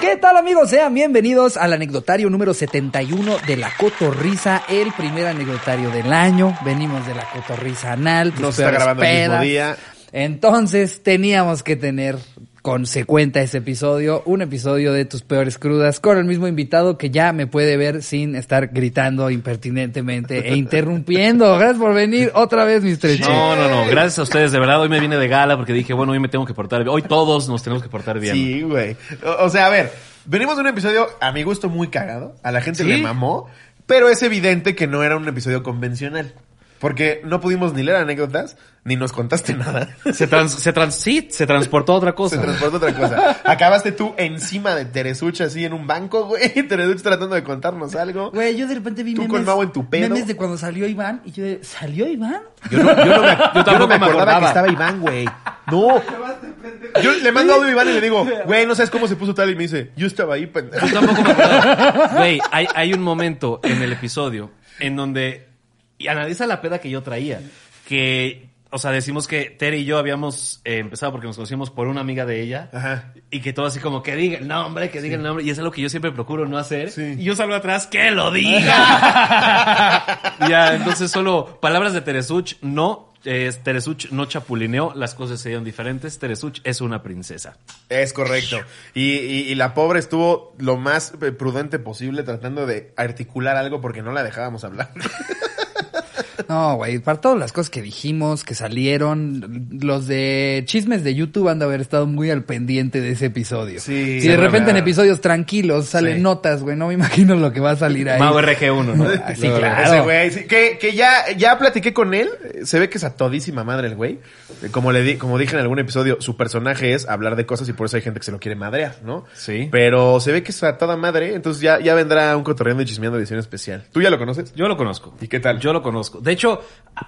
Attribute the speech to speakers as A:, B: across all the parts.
A: ¿Qué tal amigos? Sean bienvenidos al anecdotario número 71 de la Cotorrisa, el primer anecdotario del año. Venimos de la Cotorrisa anal.
B: No
A: tus
B: se está
A: peores
B: grabando el mismo
A: pedas.
B: día.
A: Entonces teníamos que tener consecuente ese episodio, un episodio de tus peores crudas con el mismo invitado que ya me puede ver sin estar gritando impertinentemente e interrumpiendo. Gracias por venir otra vez, mis tres
C: No, no, no. Gracias a ustedes, de verdad. Hoy me vine de gala porque dije, bueno, hoy me tengo que portar bien. Hoy todos nos tenemos que portar bien.
B: Sí, güey. O, o sea, a ver, venimos de un episodio a mi gusto muy cagado. A la gente
C: ¿Sí?
B: le mamó, pero es evidente que no era un episodio convencional. Porque no pudimos ni leer anécdotas, ni nos contaste nada.
C: Se, trans, se, trans, sí, se transportó a otra
B: Se
C: cosa.
B: transporta otra cosa. Acabaste tú encima de Teresucha, así en un banco, güey. Teresucha tratando de contarnos algo.
A: Güey, yo de repente vi
B: Tú con
A: memes,
B: Mau en tu pedo.
A: memes de cuando salió Iván y yo de, ¿salió Iván?
B: Yo, no, yo no me, yo
C: tampoco
B: no me
C: me
B: acordaba que
C: acordaba.
B: estaba Iván, güey. No. Yo le mando audio a Iván y le digo, güey, no sabes cómo se puso tal. Y me dice, yo estaba ahí, pendejo.
C: Yo tampoco me acordaba. Güey, hay, hay un momento en el episodio en donde y analiza la peda que yo traía. Que, o sea, decimos que Tere y yo habíamos eh, empezado porque nos conocimos por una amiga de ella.
B: Ajá.
C: Y que todo así como que diga el nombre, que diga el nombre. Y es algo que yo siempre procuro no hacer.
B: Sí.
C: Y yo salgo atrás, que lo diga. ya, entonces solo palabras de Teresuch, no. eh, Teresuch no chapulineó, las cosas se dieron diferentes. Teresuch es una princesa.
B: Es correcto. Y, y- y la pobre estuvo lo más eh, prudente posible tratando de articular algo porque no la dejábamos hablar.
A: No, güey, para todas las cosas que dijimos, que salieron, los de chismes de YouTube han de haber estado muy al pendiente de ese episodio.
B: Sí,
A: Y de repente en
B: seguramente.
A: episodios tranquilos salen
B: Sí.
A: notas, güey, no me imagino lo que va a salir ahí.
C: Mau RG1, ¿no?
A: Ah, sí,
B: No,
A: claro.
B: ese güey, sí, que que ya, ya platiqué con él. eh, Se ve que es a todísima madre el güey. Eh, Como, le di, como dije en algún episodio, su personaje es hablar de cosas y por eso hay gente que se lo quiere madrear, ¿no?
C: Sí.
B: Pero se ve que es a toda madre. Entonces ya, ya vendrá un cotorreando y chismeando edición especial. ¿Tú ya lo conoces?
C: Yo lo conozco.
B: ¿Y qué tal?
C: Yo lo conozco. De hecho,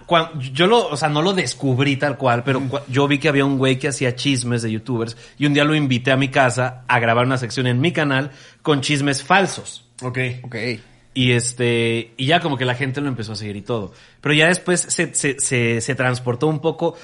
C: cuan- yo lo, o sea, no lo descubrí tal cual, pero cua- yo vi que había un güey que hacía chismes de youtubers y un día lo invité a mi casa a grabar una sección en mi canal con chismes falsos.
B: Ok.
A: Ok.
C: Y este, y ya como que la gente lo empezó a seguir y todo. Pero ya después se, se, se, se transportó un poco.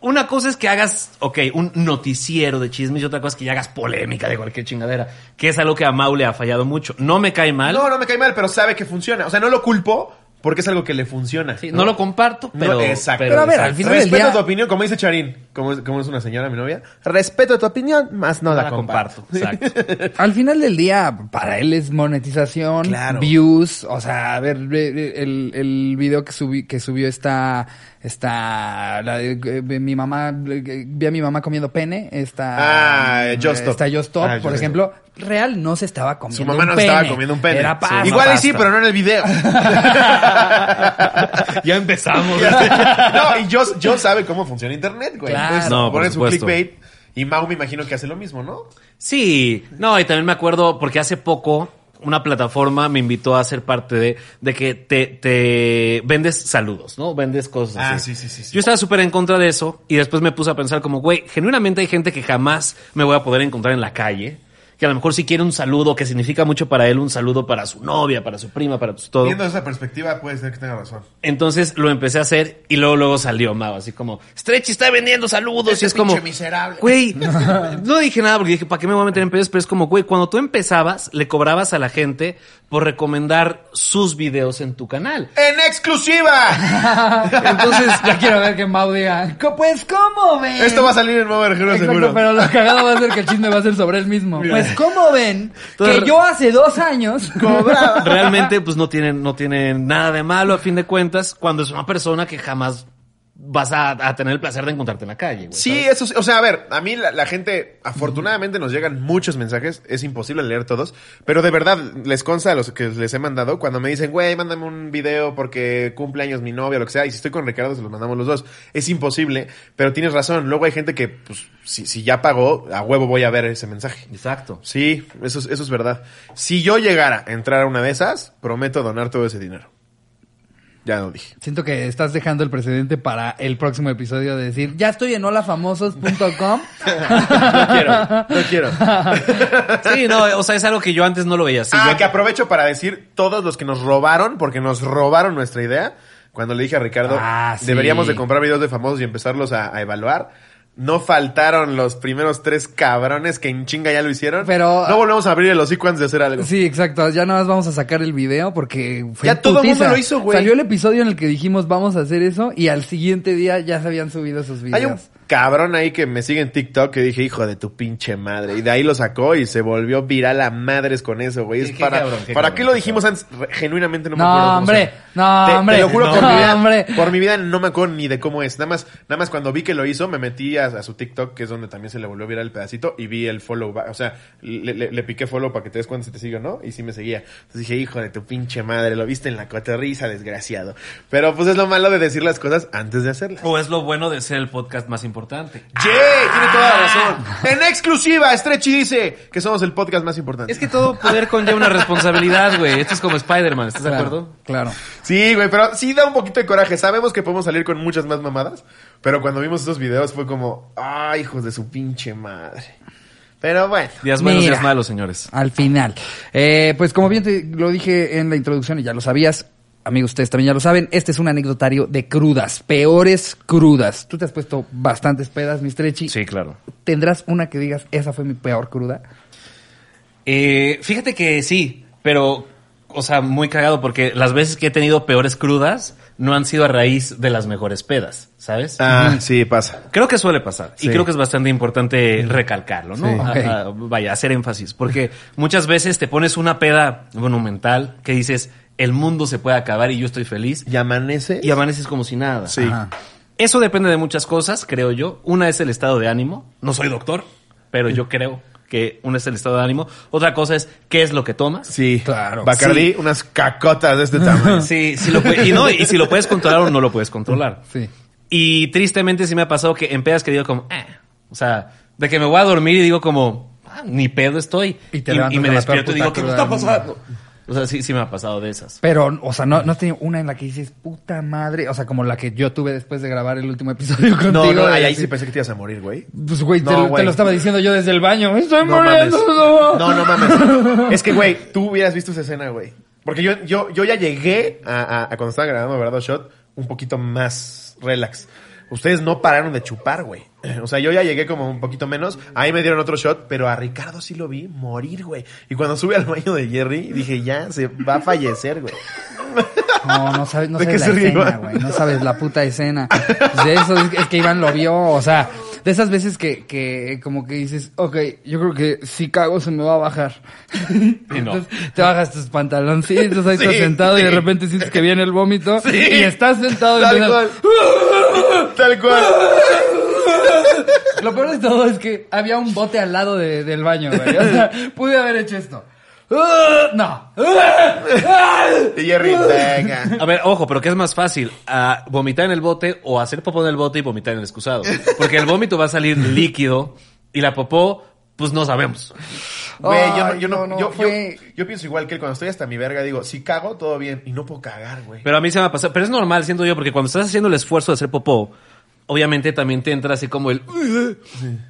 C: Una cosa es que hagas, ok, un noticiero de chismes y otra cosa es que ya hagas polémica de cualquier chingadera, que es algo que a Mau le ha fallado mucho. No me cae mal.
B: No, no me cae mal, pero sabe que funciona. O sea, no lo culpo porque es algo que le funciona.
C: Sí, no lo comparto,
B: No,
C: pero.
B: exacto.
A: Pero a ver,
C: exacto.
A: al final del
B: Respeto
A: día-
B: tu opinión, como dice Charín, como es, como es una señora, mi novia. Respeto tu opinión, más no,
C: No
B: la,
C: la
B: comparto.
C: comparto. Exacto.
A: Al final del día, para él es monetización,
B: Claro.
A: views, o sea, a ver, eh, el, el video que subí, que subió está, está, la de, eh, mi mamá, eh, vi a mi mamá comiendo pene, está,
B: Ah, eh, Just Stop.
A: está Just Stop,
B: Ah,
A: por
B: Just
A: ejemplo, real no se estaba comiendo
B: Su mamá
A: un
B: no
A: pene,
B: estaba comiendo un pene.
A: era pasta.
B: Igual y sí,
A: pasta.
B: pero no en el video.
C: ya empezamos.
B: no, y yo, yo sabe cómo funciona internet, güey.
A: Claro.
B: Entonces,
C: No, por
B: ponen su
C: supuesto.
B: clickbait y Mau me imagino que hace lo mismo, ¿no?
C: sí, no, y también me acuerdo porque hace poco una plataforma me invitó a ser parte de, de que te, te vendes saludos, ¿no? Vendes cosas.
B: Ah,
C: así.
B: sí, sí, sí, sí.
C: Yo estaba súper en contra de eso y después me puse a pensar como, güey, genuinamente hay gente que jamás me voy a poder encontrar en la calle. Que a lo mejor si quiere un saludo, que significa mucho para él, un saludo para su novia, para su prima, para su todo.
B: Viendo esa perspectiva, puede ser que tenga razón.
C: Entonces lo empecé a hacer y luego luego salió Mau, así como, Stretchy está vendiendo saludos
B: Ese
C: y es como,
B: Este pinche miserable.
C: güey, no dije nada porque dije, ¿para qué me voy a meter en pedos? Pero es como, güey, cuando tú empezabas, le cobrabas a la gente por recomendar sus videos en tu canal.
B: ¡En exclusiva!
A: Entonces, ya quiero ver que Mau diga, "Co- pues, ¿cómo ven?
B: Esto va a salir en Mau Argero
A: Exacto,
B: seguro.
A: pero lo cagado va a ser que el chisme va a ser sobre él mismo.
B: Mira.
A: Pues, ¿cómo ven
C: Entonces-
A: que yo hace dos años cobraba?
C: Realmente, pues no tienen, no tienen nada de malo a fin de cuentas cuando es una persona que jamás vas a, a tener el placer de encontrarte en la calle. güey,
B: Sí,
C: ¿sabes?
B: eso sí. O sea, a ver, a mí la, la gente, afortunadamente nos llegan muchos mensajes. Es imposible leer todos. Pero de verdad, les consta a los que les he mandado cuando me dicen, güey, mándame un video porque cumple años mi novia o lo que sea. Y si estoy con Ricardo, se los mandamos los dos. Es imposible, pero tienes razón. Luego hay gente que, pues, si, si ya pagó, a huevo voy a ver ese mensaje.
C: Exacto.
B: Sí, eso, es- eso es verdad. Si yo llegara a entrar a una de esas, prometo donar todo ese dinero. Ya lo dije.
A: Siento que estás dejando el precedente para el próximo episodio de decir, ya estoy en holafamosos.com.
B: No quiero, no quiero.
C: Sí, no, o sea, es algo que yo antes no lo veía. Sí,
B: ah,
C: yo-
B: que aprovecho para decir todos los que nos robaron, porque nos robaron nuestra idea. Cuando le dije a Ricardo,
A: Ah, sí.
B: deberíamos de comprar videos de famosos y empezarlos a, a evaluar. No faltaron los primeros tres cabrones que en chinga ya lo hicieron.
A: Pero-
B: no volvemos a abrir el hocico antes de hacer algo.
A: Sí, exacto. Ya nada más vamos a sacar el video porque fue
B: Ya
A: en
B: todo
A: putiza.
B: mundo lo hizo, güey.
A: Salió el episodio en el que dijimos vamos a hacer eso y al siguiente día ya se habían subido esos videos.
B: Hay un cabrón ahí que me sigue en TikTok que dije, hijo de tu pinche madre. Y de ahí lo sacó y se volvió viral a madres con eso, güey. Es
C: Sí, qué
B: para,
C: cabrón, qué
B: ¿para
C: cabrón,
B: qué lo
C: qué
B: dijimos antes? Re- Genuinamente no me
A: No,
B: acuerdo. cómo
A: hombre,
B: se-
A: no,
B: Te-
A: hombre,
B: Te lo juro por,
A: no,
B: mi vida,
A: hombre.
B: por mi vida no me acuerdo ni de cómo es. Nada más, nada más cuando vi que lo hizo, me metí a, a su TikTok, que es donde también se le volvió viral el pedacito, y vi el follow. ba- O sea, le, le- le piqué follow para que te des cuenta si te sigo o no, y sí me seguía. Entonces dije, hijo de tu pinche madre, lo viste en la coterriza, desgraciado. Pero pues es lo malo de decir las cosas antes de hacerlas.
C: O es lo bueno de ser el podcast más importante.
B: Yeah, tiene toda la razón. En exclusiva, Stretchy dice que somos el podcast más importante.
C: Es que todo poder conlleva una responsabilidad, güey. Esto es como Spider-Man, ¿estás de
A: Claro,
C: acuerdo?
A: Claro.
B: Sí, güey, pero sí da un poquito de coraje. Sabemos que podemos salir con muchas más mamadas, pero cuando vimos esos videos fue como, ay, hijos de su pinche madre. Pero bueno.
C: Días buenos,
A: Mira.
C: días malos, señores.
A: Al final. Eh, pues como bien te lo dije en la introducción y ya lo sabías, amigos, ustedes también ya lo saben, este es un anecdotario de crudas, peores crudas. Tú te has puesto bastantes pedas, mi Strechi.
C: Sí, claro.
A: ¿Tendrás una que digas, esa fue mi peor cruda?
C: Eh, fíjate que sí, pero, o sea, muy cagado porque las veces que he tenido peores crudas no han sido a raíz de las mejores pedas, ¿sabes?
B: Ah, sí, pasa.
C: Creo que suele pasar
B: Sí.
C: y creo que es bastante importante recalcarlo, ¿no?
A: Sí.
C: A- a- vaya, hacer énfasis, porque muchas veces te pones una peda monumental que dices, el mundo se puede acabar y yo estoy feliz
B: ¿Y amanece?
C: y amaneces como si nada.
B: Sí.
A: Ajá.
C: Eso depende de muchas cosas, creo yo. Una es el estado de ánimo. No soy doctor, pero yo creo que una es el estado de ánimo. Otra cosa es qué es lo que tomas.
B: Sí.
A: Claro.
B: Bacardí, unas cacotas de este tamaño.
C: Sí, si lo pue- y, no, y si lo puedes controlar o no lo puedes controlar.
A: Sí.
C: Y tristemente sí me ha pasado que en pedas que digo como, "Ah", o sea, de que me voy a dormir y digo como, "Ah, ni pedo estoy.
A: Y
C: Y,
A: te levantas
C: y me
A: con la
C: despierto
A: peor
C: y digo,
A: puta
C: ¿qué me está
A: cruda del
C: pasando? O sea, sí, sí me ha pasado de esas.
A: Pero, o sea, no, no has tenido una en la que dices, puta madre, o sea, como la que yo tuve después de grabar el último episodio contigo.
B: No, no,
A: de
B: ahí, ahí
A: decir,
B: eh, sí pensé que te ibas a morir, güey.
A: Pues, güey, te,
B: No,
A: lo- te
B: güey.
A: lo estaba diciendo yo desde el baño. ¡Me estoy
B: No mames.
A: muriendo! no".
B: No, no mames. Es que, güey, tú hubieras visto esa escena, güey. Porque yo, yo, yo ya llegué a, a- a cuando estaba grabando Verdad Shot un poquito más relax. Ustedes no pararon de chupar, güey. O sea, yo ya llegué como un poquito menos. Ahí me dieron otro shot, pero a Ricardo sí lo vi morir, güey. Y cuando sube al baño de Jerry, dije, ya, se va a fallecer, güey.
A: No, no sabes, no
B: ¿De
A: sabes la
B: qué se ríe,
A: escena,
B: Iván?
A: güey. No sabes la puta escena. Pues de eso es, es que Iván lo vio, o sea, de esas veces que, que como que dices, ok, yo creo que si cago se me va a bajar.
C: Y no.
A: Entonces, te bajas tus pantaloncitos, ahí estás
B: Sí,
A: sentado y de
B: sí.
A: repente sientes que viene el vómito
B: Sí.
A: y estás sentado y
B: Tal
A: empiezas-
B: cual. Tal cual.
A: Lo peor de todo es que había un bote al lado de- del baño, güey. O sea, pude haber hecho esto. ¡Ah! No.
B: Y Jerry, venga.
C: A ver, ojo, pero ¿qué es más fácil? Ah, ¿Vomitar en el bote o hacer popó en el bote y vomitar en el excusado? Porque el vómito va a salir líquido y la popó, pues no sabemos.
B: Güey, yo, no-
A: Ay,
B: yo no,
A: no, no,
B: yo,
A: fue-
B: yo- yo pienso igual que él. Cuando estoy hasta mi verga, digo, si cago, todo bien. Y no puedo cagar, güey.
C: Pero a mí se me ha pasado. Pero es normal, siento yo, porque cuando estás haciendo el esfuerzo de hacer popó, obviamente también te entra así como el.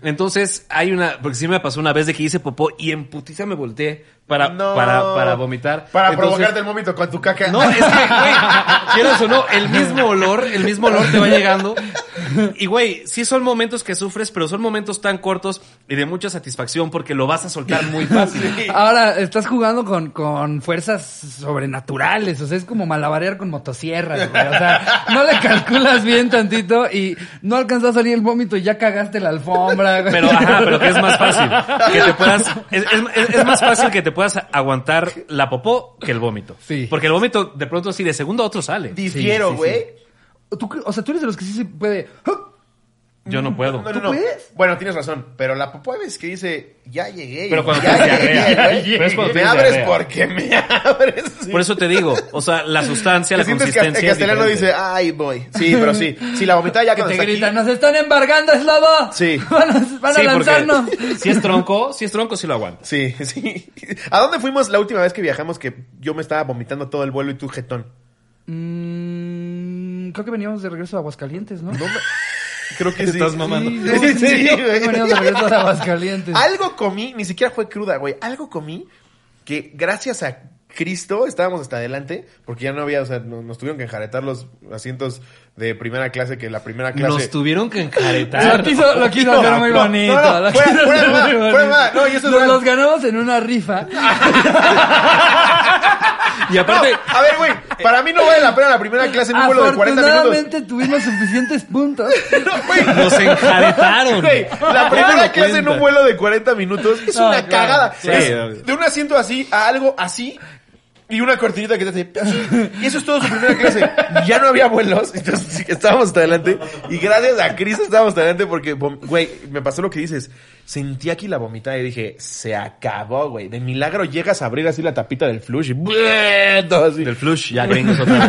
C: Entonces hay una. Porque sí me pasó una vez de que hice popó y en putiza me volteé para,
B: No.
C: para, para vomitar.
B: Para
C: Entonces-
B: provocarte el vómito con tu caca.
C: No, es que, güey, quieras o no, el mismo olor, el mismo olor te va llegando. Y, güey, sí son momentos que sufres, pero son momentos tan cortos y de mucha satisfacción porque lo vas a soltar muy fácil.
A: Ahora, estás jugando con, con fuerzas sobrenaturales, o sea, es como malabarear con motosierras, güey. O sea, no le calculas bien tantito y no alcanzó a salir el vómito y ya cagaste la alfombra, güey.
C: Pero, ajá, pero que es más fácil. Que te puedas. Es, es- es más fácil que te puedas aguantar la popó que el vómito.
A: Sí.
C: Porque el vómito, de pronto, así de segundo a otro sale.
B: Difiero,
A: Sí, sí,
B: güey.
A: ¿Tú qué- o sea, tú eres de los que sí se puede...
C: Yo no
B: No,
C: puedo.
B: no,
A: ¿Tú
B: no.
A: puedes?
B: Bueno, tienes razón. Pero la popó es que dice, ya llegué.
C: Pero cuando
B: ya
C: tienes diarrea.
B: güey.
C: Pero es cuando
B: me
C: tienes
B: abres
C: diarrea.
B: porque me abres. sí.
C: Por eso te digo, o sea, la sustancia,
B: Te
C: la
B: sientes
C: consistencia.
B: que el
C: es
B: castellano
C: diferente.
B: dice, ay, voy. Sí, pero sí. Si la vomitada ya
A: Que
B: cuando
A: te
B: está aquí-
A: gritan, nos están embargando, Eslava.
B: Sí.
A: Van a, van a
C: Sí, porque
A: lanzarnos.
C: Si es tronco, si es tronco, sí lo aguanta.
B: Sí, sí. ¿A dónde fuimos la última vez que viajamos que yo me estaba vomitando todo el vuelo y tú jetón?
A: Mm, creo que veníamos de regreso a Aguascalientes, ¿no?
B: Creo que
C: Te
B: sí.
C: estás mamando.
A: Sí,
B: Sí,
A: sí,
B: sí, güey.
A: veníamos de regreso a Aguascalientes.
B: Algo comí, ni siquiera fue cruda, güey. Algo comí que gracias a Cristo, estábamos hasta adelante, porque ya no había, o sea, no- nos tuvieron que enjaretar los asientos de primera clase, que la primera clase...
C: Nos tuvieron que encaretar.
A: Lo quiso, lo quiso
B: No,
A: hacer muy
B: no,
A: bonito.
B: no, no,
A: lo
B: fuera-
A: quiso
B: fuera de
A: hacer
B: mamada,
A: muy
B: fuera de
A: bonito.
B: mamada. No, y eso es
A: Nos
B: real.
A: los ganamos en una rifa.
C: Y
B: No,
C: aparte,
B: a ver, güey, para mí no vale la pena la primera clase en un vuelo de 40 minutos.
A: Afortunadamente tuvimos suficientes puntos.
B: No, güey.
C: nos enjaretaron.
B: Güey, la
C: Ya me
B: primera
C: di
B: clase en
C: cuenta.
B: un vuelo de 40 minutos es
A: No,
B: una
A: claro.
B: cagada.
C: Sí,
B: Es
C: obvio.
B: de un asiento así a algo así y una cortinita que te hace así. Y eso es todo su primera clase. Ya no había vuelos, entonces sí, estábamos hasta adelante. Y gracias a Cris estábamos hasta adelante porque, vom- güey, me pasó lo que dices. Sentí aquí la vomitada y dije, se acabó, güey. De milagro llegas a abrir así la tapita del flush y ¡bueh! todo así.
C: Del flush, ya gringos otra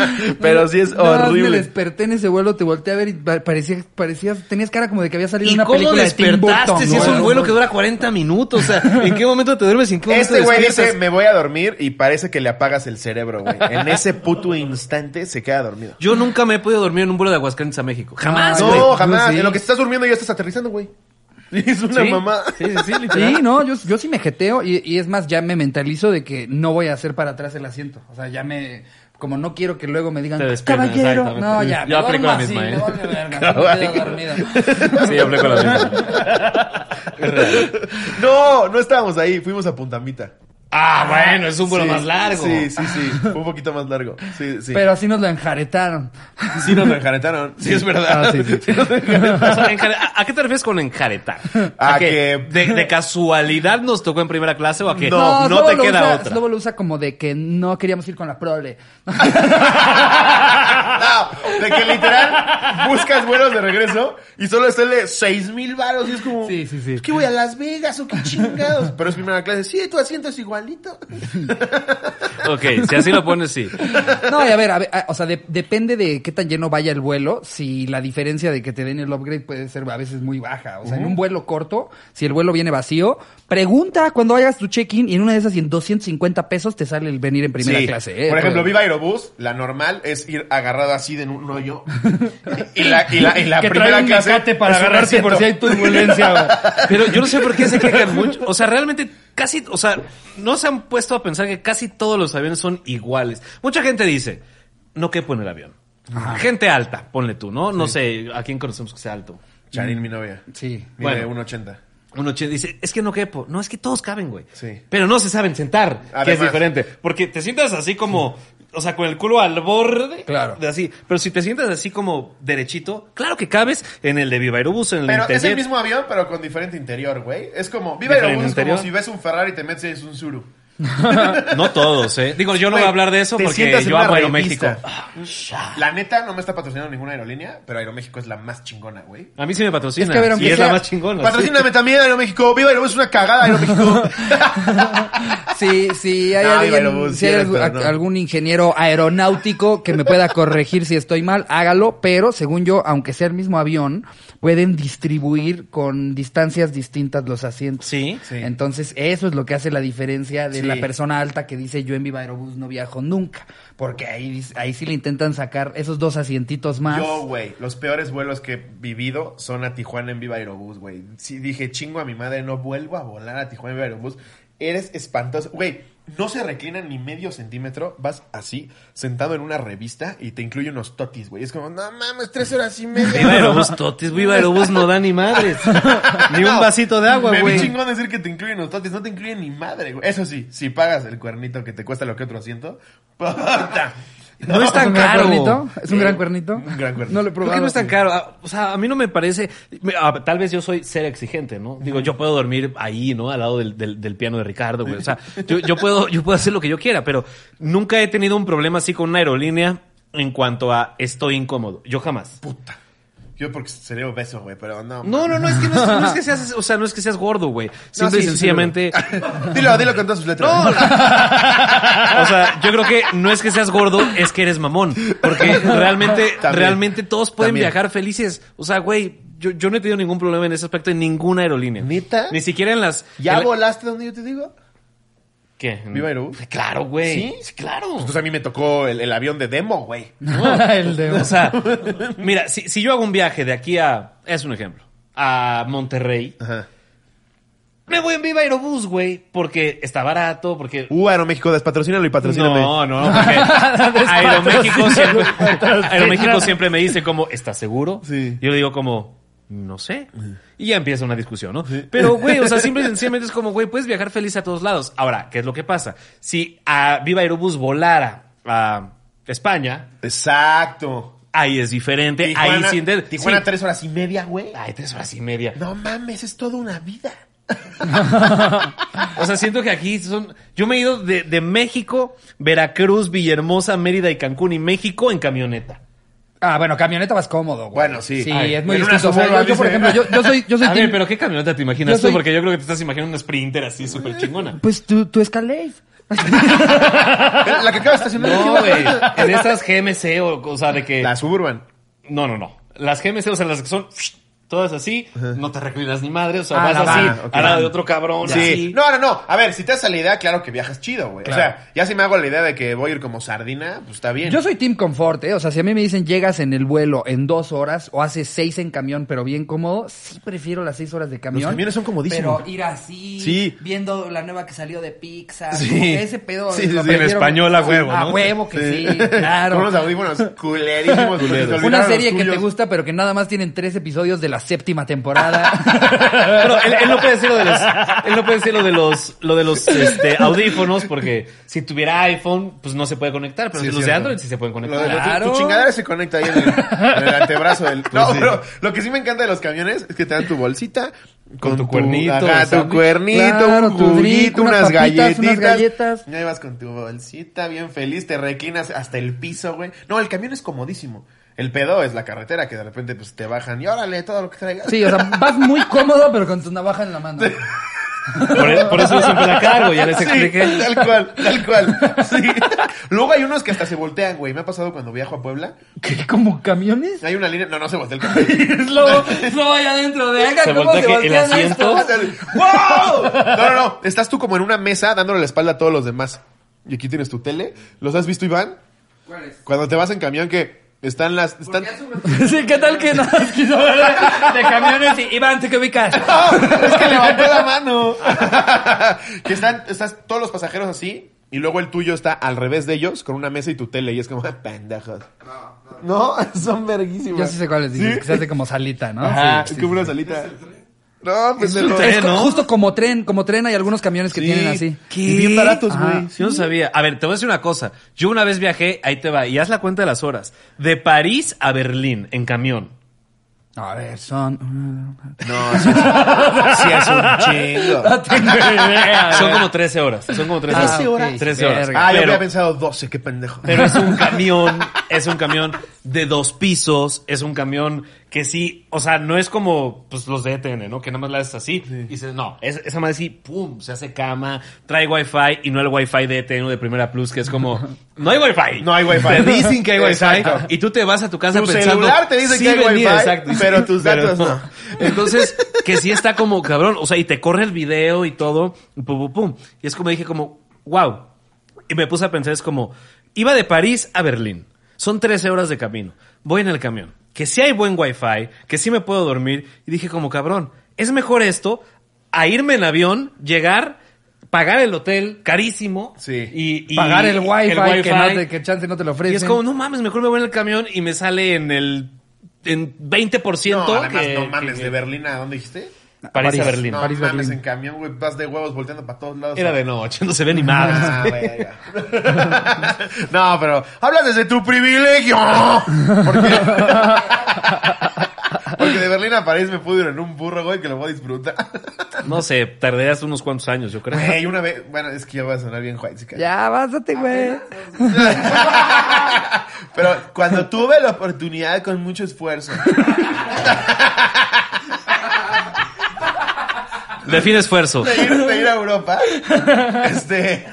C: vez. ¿no?
B: Pero sí es
A: Nada más Me
B: horrible.
A: desperté en ese vuelo, te volteé a ver y pa- parecía, parecías, tenías cara como de que había salido
C: ¿Y
A: una
C: cómo
A: película de Tim Burton.
C: despertaste si es
A: güey.
C: un vuelo que dura 40 minutos? O sea, ¿en qué momento te duermes? ¿En qué momento
B: Este güey
C: despiertas?
B: dice, me voy a dormir y parece que le apagas el cerebro, güey. En ese puto instante se queda dormido.
C: Yo nunca me he podido dormir en un vuelo de Aguascalientes a México. Jamás,
A: No,
C: Ah, güey.
B: No, jamás.
A: sí.
B: En lo que estás durmiendo ya estás aterrizando, güey. Es una
C: Sí,
B: mamá.
C: Sí, sí, sí, literal.
A: Sí, no, yo, yo sí me jeteo y, y es más, ya me mentalizo de que no voy a hacer para atrás el asiento. O sea, ya me... Como no quiero que luego me digan,
C: Te despiertas,
A: caballero.
C: exactamente.
A: No, ya.
C: Yo aplico la misma, ¿eh?
A: ¿eh?
C: Sí, hablé con la misma.
B: No, no estábamos ahí. Fuimos a Puntamita.
C: Ah, bueno, es un vuelo
B: Sí,
C: más largo.
B: Sí, sí, sí. Fue un poquito más largo. Sí, sí.
A: Pero así nos lo enjaretaron.
B: sí nos enjaretaron. Sí, es verdad.
A: Ah, sí, sí.
B: Sí nos enjaretaron.
C: O sea, encare- ¿A, a qué te refieres con enjaretar?
B: A
C: que
B: que-
C: de, de casualidad nos tocó en primera clase o a que no,
A: No,
C: no
A: Slobo
C: te
A: lo
C: queda
A: usa,
C: otra.
A: Slobo lo usa como de que no queríamos ir con la prole.
B: No, de que literal buscas vuelos de regreso y solo es el de 6 mil varos y es como...
A: Sí, sí, sí.
B: Es que voy a Las Vegas o qué chingados. Pero es primera clase. Sí, tu asiento es igualito.
C: Ok, si así lo pones, sí.
A: No, y a ver, a ver, a- o sea, de- depende de qué tan lleno vaya el vuelo. Si la diferencia de que te den el upgrade puede ser a veces muy baja. O sea, en un vuelo corto, si el vuelo viene vacío, pregunta cuando hagas tu check-in y en una de esas y en 250 pesos te sale el venir en primera
B: Sí.
A: clase. ¿eh?
B: Por ejemplo,
A: Pero-
B: Viva Aerobús, la normal es ir agarrado así de en un hoyo. y la, y la, y la
A: que trae
B: primera
A: un
B: clase.
A: mecate para
B: es un
A: agarrarte por si hay
B: asiento.
A: turbulencia. güey.
C: Pero yo no sé por qué se quejan mucho. O sea, realmente casi, o sea, no se han puesto a pensar que casi todos los aviones son iguales. Mucha gente dice, no quepo en el avión. Gente alta, ponle tú, ¿no? No sé, ¿a quién conocemos que sea alto?
B: Charín, mi novia.
A: Sí.
B: Mide
C: Bueno.
B: 1.80.
C: Uno che- dice, es que no quepo. No, es que todos caben, güey.
B: Sí.
C: Pero no se saben sentar, que es
B: Además.
C: diferente. Porque te sientas así como, o sea, con el culo al borde.
A: Claro.
C: De así. Pero si te sientas así como derechito, claro que cabes en el de Viva Aerobús, en el
B: Pero es el
C: Interjet.
B: mismo avión, pero con diferente interior, güey. Es como, Viva
C: Diferente
B: Aerobús es como
C: interior.
B: si ves un Ferrari y te metes y es un Zuru.
C: No todos, ¿eh? Digo, yo no voy a
B: Güey,
C: hablar de eso
B: te
C: porque
B: sientas en
C: yo
B: una
C: amo Aeroméxico. Ah,
B: revista. La neta, no me está patrocinando ninguna aerolínea, pero Aeroméxico es la más chingona, güey.
C: A mí sí me patrocina.
A: Es que, a ver, aunque
C: y es la
A: sea-
C: más chingona.
B: Patrocíname también Aeroméxico. Viva Aerobús es una cagada, Aeroméxico.
A: Sí, sí, hay,
B: No,
A: alguien-
B: Iván Lobos,
A: si
B: sí
A: hay
B: eres,
A: algún,
B: pero no.
A: algún ingeniero aeronáutico que me pueda corregir si estoy mal, hágalo, pero según yo, aunque sea el mismo avión, pueden distribuir con distancias distintas los asientos.
C: Sí.
B: Sí.
A: Entonces, eso es lo que hace la diferencia de
B: Sí.
A: la persona alta que dice yo en Viva Aerobús no viajo nunca, porque ahí, dice- ahí sí le intentan sacar esos dos asientitos más.
B: Yo, güey, los peores vuelos que he vivido son a Tijuana en Viva Aerobús, güey. Sí, dije, chingo a mi madre, no vuelvo a volar a Tijuana en Viva Aerobús. Eres espantoso. Güey, no se reclina ni medio centímetro. Vas así, sentado en una revista y te incluye unos totis, güey. Es como, no mames, tres horas y media.
C: Viva Aerobús, totis. Viva Aerobús no da ni madres. Ni un
B: No,
C: vasito de agua,
B: Me vi
C: güey.
B: chingón decir que te incluyen los totis. No te incluyen ni madre, güey. Eso sí, si pagas el cuernito que te cuesta lo que otro asiento, puta.
C: No es tan
A: un gran
C: caro.
A: cuernito? ¿Es un
B: Sí.
A: gran cuernito?
B: Un gran cuernito.
A: No lo he
C: ¿Por
A: probado.
C: qué no es tan caro? Ah, O sea, a mí no me parece. me- ah, Tal vez yo soy ser exigente, ¿no? Digo, yo puedo dormir ahí, ¿no? Al lado del, del- del piano de Ricardo, güey. O sea, yo, yo puedo, yo puedo hacer lo que yo quiera, pero nunca he tenido un problema así con una aerolínea en cuanto a estoy incómodo. Yo jamás.
B: Yo porque sería obeso, güey, pero no.
C: No, no, no, es que no es, no es que seas, o sea, no es que seas gordo, güey.
B: No,
C: Simple
B: sí,
C: y
B: sí,
C: sencillamente.
B: seguro. dilo, dilo con todas sus letras.
C: No, la- o sea, yo creo que no es que seas gordo, es que eres mamón. Porque realmente,
B: También.
C: realmente todos pueden
B: También.
C: viajar felices. O sea, güey, yo, yo no he tenido ningún problema en ese aspecto en ninguna aerolínea.
B: ¿Neta?
C: Ni siquiera en las.
B: ¿Ya
C: en la-
B: volaste donde yo te digo?
C: ¿Qué?
B: ¿Viva Aerobús?
C: Claro, güey.
B: ¿Sí? Pues
C: claro.
B: Entonces a mí me tocó el, el avión de demo, güey.
A: El de-
C: O sea, mira, si, si yo hago un viaje de aquí a. Es un ejemplo. A Monterrey.
B: Ajá.
C: Me voy en Viva Aerobús, güey, porque está barato, porque...
B: Uh, Aeroméxico, despatrocínalo y patrocíname.
C: No, no, porque Aeroméxico siempre, Aeroméxico siempre me dice como, ¿estás seguro?
B: Sí.
C: Yo le digo como, no sé. Y ya empieza una discusión, ¿no? Pero, güey, o sea, simple y sencillamente es como, güey, puedes viajar feliz a todos lados. Ahora, ¿qué es lo que pasa? Si a Viva Aerobús volara a España,
B: Exacto.
C: ahí es diferente.
B: Tijuana,
C: ahí sí entiendes.
B: Tijuana
C: Sí.
B: tres horas y media, güey.
C: Ay, tres horas y media.
B: No mames, es toda una vida.
C: O sea, siento que aquí son. Yo me he ido de, de México, Veracruz, Villahermosa, Mérida y Cancún y México en camioneta.
A: Ah, bueno, camioneta vas cómodo, güey.
B: Bueno, sí.
A: Sí,
B: Ay,
A: es muy
B: en una
A: distinto. O sea,
B: Suburban,
A: yo, yo, por
B: dice.
A: ejemplo, yo, yo soy, yo soy
C: A
A: team-
C: ver, pero ¿qué camioneta te imaginas
A: Yo soy-
C: tú? Porque yo creo que te estás imaginando una sprinter así súper chingona.
A: Pues tú, tú Escalade.
B: La que acaba de estacionar.
C: No, güey. En estas GMC o, o sea, de que.
B: La Suburban.
C: No, no, no. Las GMC, o sea, las que son todas así, no te reclinas ni madre, o sea,
A: Ah,
C: vas
A: la
C: así,
B: van, ok.
C: al lado de otro cabrón,
B: Sí.
C: así.
B: No, no, no. A ver, si te haces la idea, claro que viajas chido, güey. O sea, ya si me hago la idea de que voy a ir como sardina, pues está bien.
A: Yo soy Team Confort, ¿eh? O sea, si a mí me dicen llegas en el vuelo en dos horas o haces seis en camión, pero bien cómodo, sí prefiero las seis horas de camión.
B: camiones son comodísimos.
A: Pero ir así,
B: Sí.
A: viendo la nueva que salió de Pixar,
B: Sí.
A: como que ese pedo.
B: Sí, sí,
A: lo
B: sí, en
A: prefiero-
C: español a huevo,
A: A
C: ¿no?
A: huevo que sí, claro.
B: Con unos audífonos culerísimos. porque se te olvidaron
A: Una
B: los
A: serie que
B: tuyos.
A: te gusta, pero que nada más tienen tres episodios de la séptima temporada.
C: Pero él, él no puede decir lo de los, él no puede decir lo de los, lo de los este, audífonos, porque si tuviera iPhone, pues no se puede conectar, pero
B: Sí,
C: si
B: es
C: los de
B: cierto.
C: Android sí se pueden
B: Lo de-
C: conectar.
B: lo- tu-
A: Claro.
B: Tu chingadera se conecta ahí en el, en el antebrazo del. no, pero lo que sí me encanta de los camiones es que te dan tu bolsita con,
C: tu cuernito,
B: ajá,
C: o sea,
B: tu cuernito,
A: claro,
B: un
A: tu drink,
B: juguito,
A: unas
B: unas,
A: papitas,
B: galletitas.
A: unas galletas.
B: Ya ibas con tu bolsita bien feliz, te reclinas hasta el piso, güey. No, el camión es comodísimo. El pedo es la carretera que de repente pues te bajan y órale, todo lo que traigas.
A: Sí, o sea, vas muy cómodo, pero con tu navaja en la mano.
C: Por, e- por eso yo siempre la cargo, ya les
B: Sí,
C: expliqué.
B: tal cual, tal cual. Sí. Luego hay unos que hasta se voltean, güey. Me ha pasado cuando viajo a Puebla.
A: ¿Qué? ¿Como camiones?
B: Hay una línea. No, no se voltea el camión.
A: Es lo, es lo vaya adentro de acá.
C: Se
A: ¿Cómo
C: voltea
A: se
C: que el
A: voltean
C: asiento-
A: estos?
B: O sea, ¡Wow! No, no, no. Estás tú como en una mesa dándole la espalda a todos los demás. Y aquí tienes tu tele. ¿Los has visto, Iván?
A: ¿Cuál es?
B: Cuando te vas en camión que están las... Están...
A: Sí, ¿qué tal que no has quiso ver de, de camiones y Iván, ¿tú qué ubicas?
B: ¡Ah! Es que levanté la mano. que están, estás todos los pasajeros así. Y luego el tuyo está al revés de ellos, con una mesa y tu tele. Y es como, ¡ah, pendejos. No, son verguísimos.
A: Yo sí sé cuáles dices,
B: ¿Sí?
A: que se hace como salita, ¿no?
B: Ajá,
A: Sí,
B: es
A: sí,
B: como
A: sí.
B: una salita. No, pues
C: un
B: no.
C: tren.
A: Es co-
C: ¿no?
A: justo como tren, como tren hay algunos camiones que
B: Sí.
A: tienen así.
C: ¿Qué? Ah,
B: Y bien baratos,
A: Ajá.
B: güey.
C: Yo no sabía. A ver, te voy a decir una cosa. Yo una vez viajé, ahí te va, y haz la cuenta de las horas. De París a Berlín, en camión.
A: A ver, son...
B: No, sí, sí es un chingo.
C: Son como 13 horas. Son como 13
A: Ah,
C: horas.
A: ok,
C: 13
A: verga.
C: horas.
B: Ah, yo
C: Pero-
B: había pensado 12, qué pendejo.
C: Pero es un camión, es un camión de dos pisos, es un camión que sí, o sea, no es como pues, los de ETN, ¿no? Que nada más la haces así y dices, no, es- esa madre sí, pum, se hace cama, trae wifi y no el wifi de ETN o de Primera Plus, que es como, no hay wifi.
B: No hay wifi.
C: Te dicen que hay wifi
B: Exacto.
C: y tú te vas a tu casa
B: Tu
C: pensando.
B: celular te dice
C: "Sí
B: que hay
C: venía",
B: wifi, pero tus datos no.
C: Entonces, que sí está como cabrón, o sea, y te corre el video y todo, y pum, pum, pum. Y es como dije, como, wow. Y me puse a pensar, es como, iba de París a Berlín. Son 13 horas de camino. Voy en el camión. Que sí hay buen wifi, que sí me puedo dormir. Y dije como, cabrón, es mejor esto a irme en avión, llegar, pagar el hotel carísimo.
B: Sí.
C: Y, y-
A: Pagar el wifi, que, no
C: wifi.
A: te- que chance no te lo
C: Y
A: ofrecen.
C: es como, no mames, mejor me voy en el camión y me sale en el en 20%
B: No, además,
C: que,
B: no mames,
C: que-
B: de Berlín a dónde dijiste?
C: París
A: París.
C: a Berlín.
B: No
A: París,
B: mames,
A: Berlín.
B: en camión, güey, vas de huevos volteando para todos lados.
C: Era de noche, no se ve ni madres.
B: Ah, verga. no, pero habla desde tu privilegio. Porque, porque de Berlín a París me pude ir en un burro, güey, que lo voy a disfrutar.
C: No sé, tardarías unos cuantos años, yo creo.
B: Güey, una vez, bueno, es que ya va a sonar bien white, chica.
A: Ya, básate, güey.
B: Pero cuando tuve la oportunidad con mucho esfuerzo.
C: Define esfuerzo.
B: de ir, de ir a Europa. Este.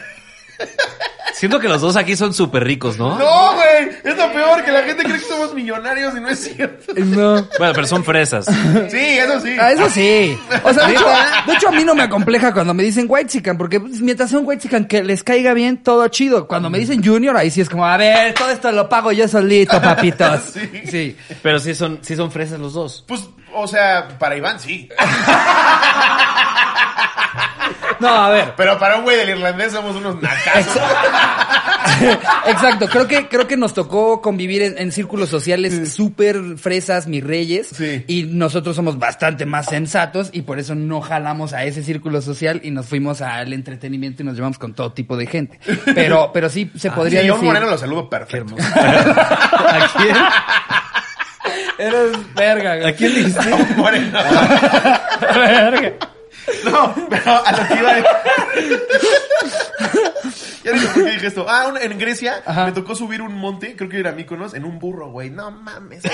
C: Siento que los dos aquí son súper ricos, ¿no?
B: No, güey. Es lo peor que la gente cree que somos millonarios y no es cierto.
A: No.
C: Bueno, pero son fresas.
B: Sí, eso sí.
A: Ah, eso sí. O sea, de hecho, de hecho a mí no me acompleja cuando me dicen white chican, porque pues, mientras sea un white chican que les caiga bien, todo chido. Cuando me dicen junior, ahí sí es como, a ver, todo esto lo pago yo solito, papitos.
B: Sí.
A: Sí.
C: Pero sí son, sí son fresas los dos.
B: Pues, o sea, para Iván sí.
A: No, a ver.
B: Pero para un güey del irlandés somos unos nacazos.
A: Exacto, creo que, creo que nos tocó convivir en, en círculos sociales súper fresas, mis reyes,
B: Sí.
A: y nosotros somos bastante más sensatos y por eso no jalamos a ese círculo social y nos fuimos al entretenimiento y nos llevamos con todo tipo de gente. Pero, pero sí se podría
B: Ah, Sí, John
A: decir.
B: Moreno lo saludo perfecto.
C: ¿A quién?
A: Eres verga, güey.
C: ¿A quién le hiciste?
B: John Moreno.
A: verga.
B: No, pero a lo que iba a Ya no sé por qué dije esto. Ah, un- en Grecia
A: Ajá.
B: me tocó subir un monte, creo que era Mykonos, en un burro, güey. No mames. Ahí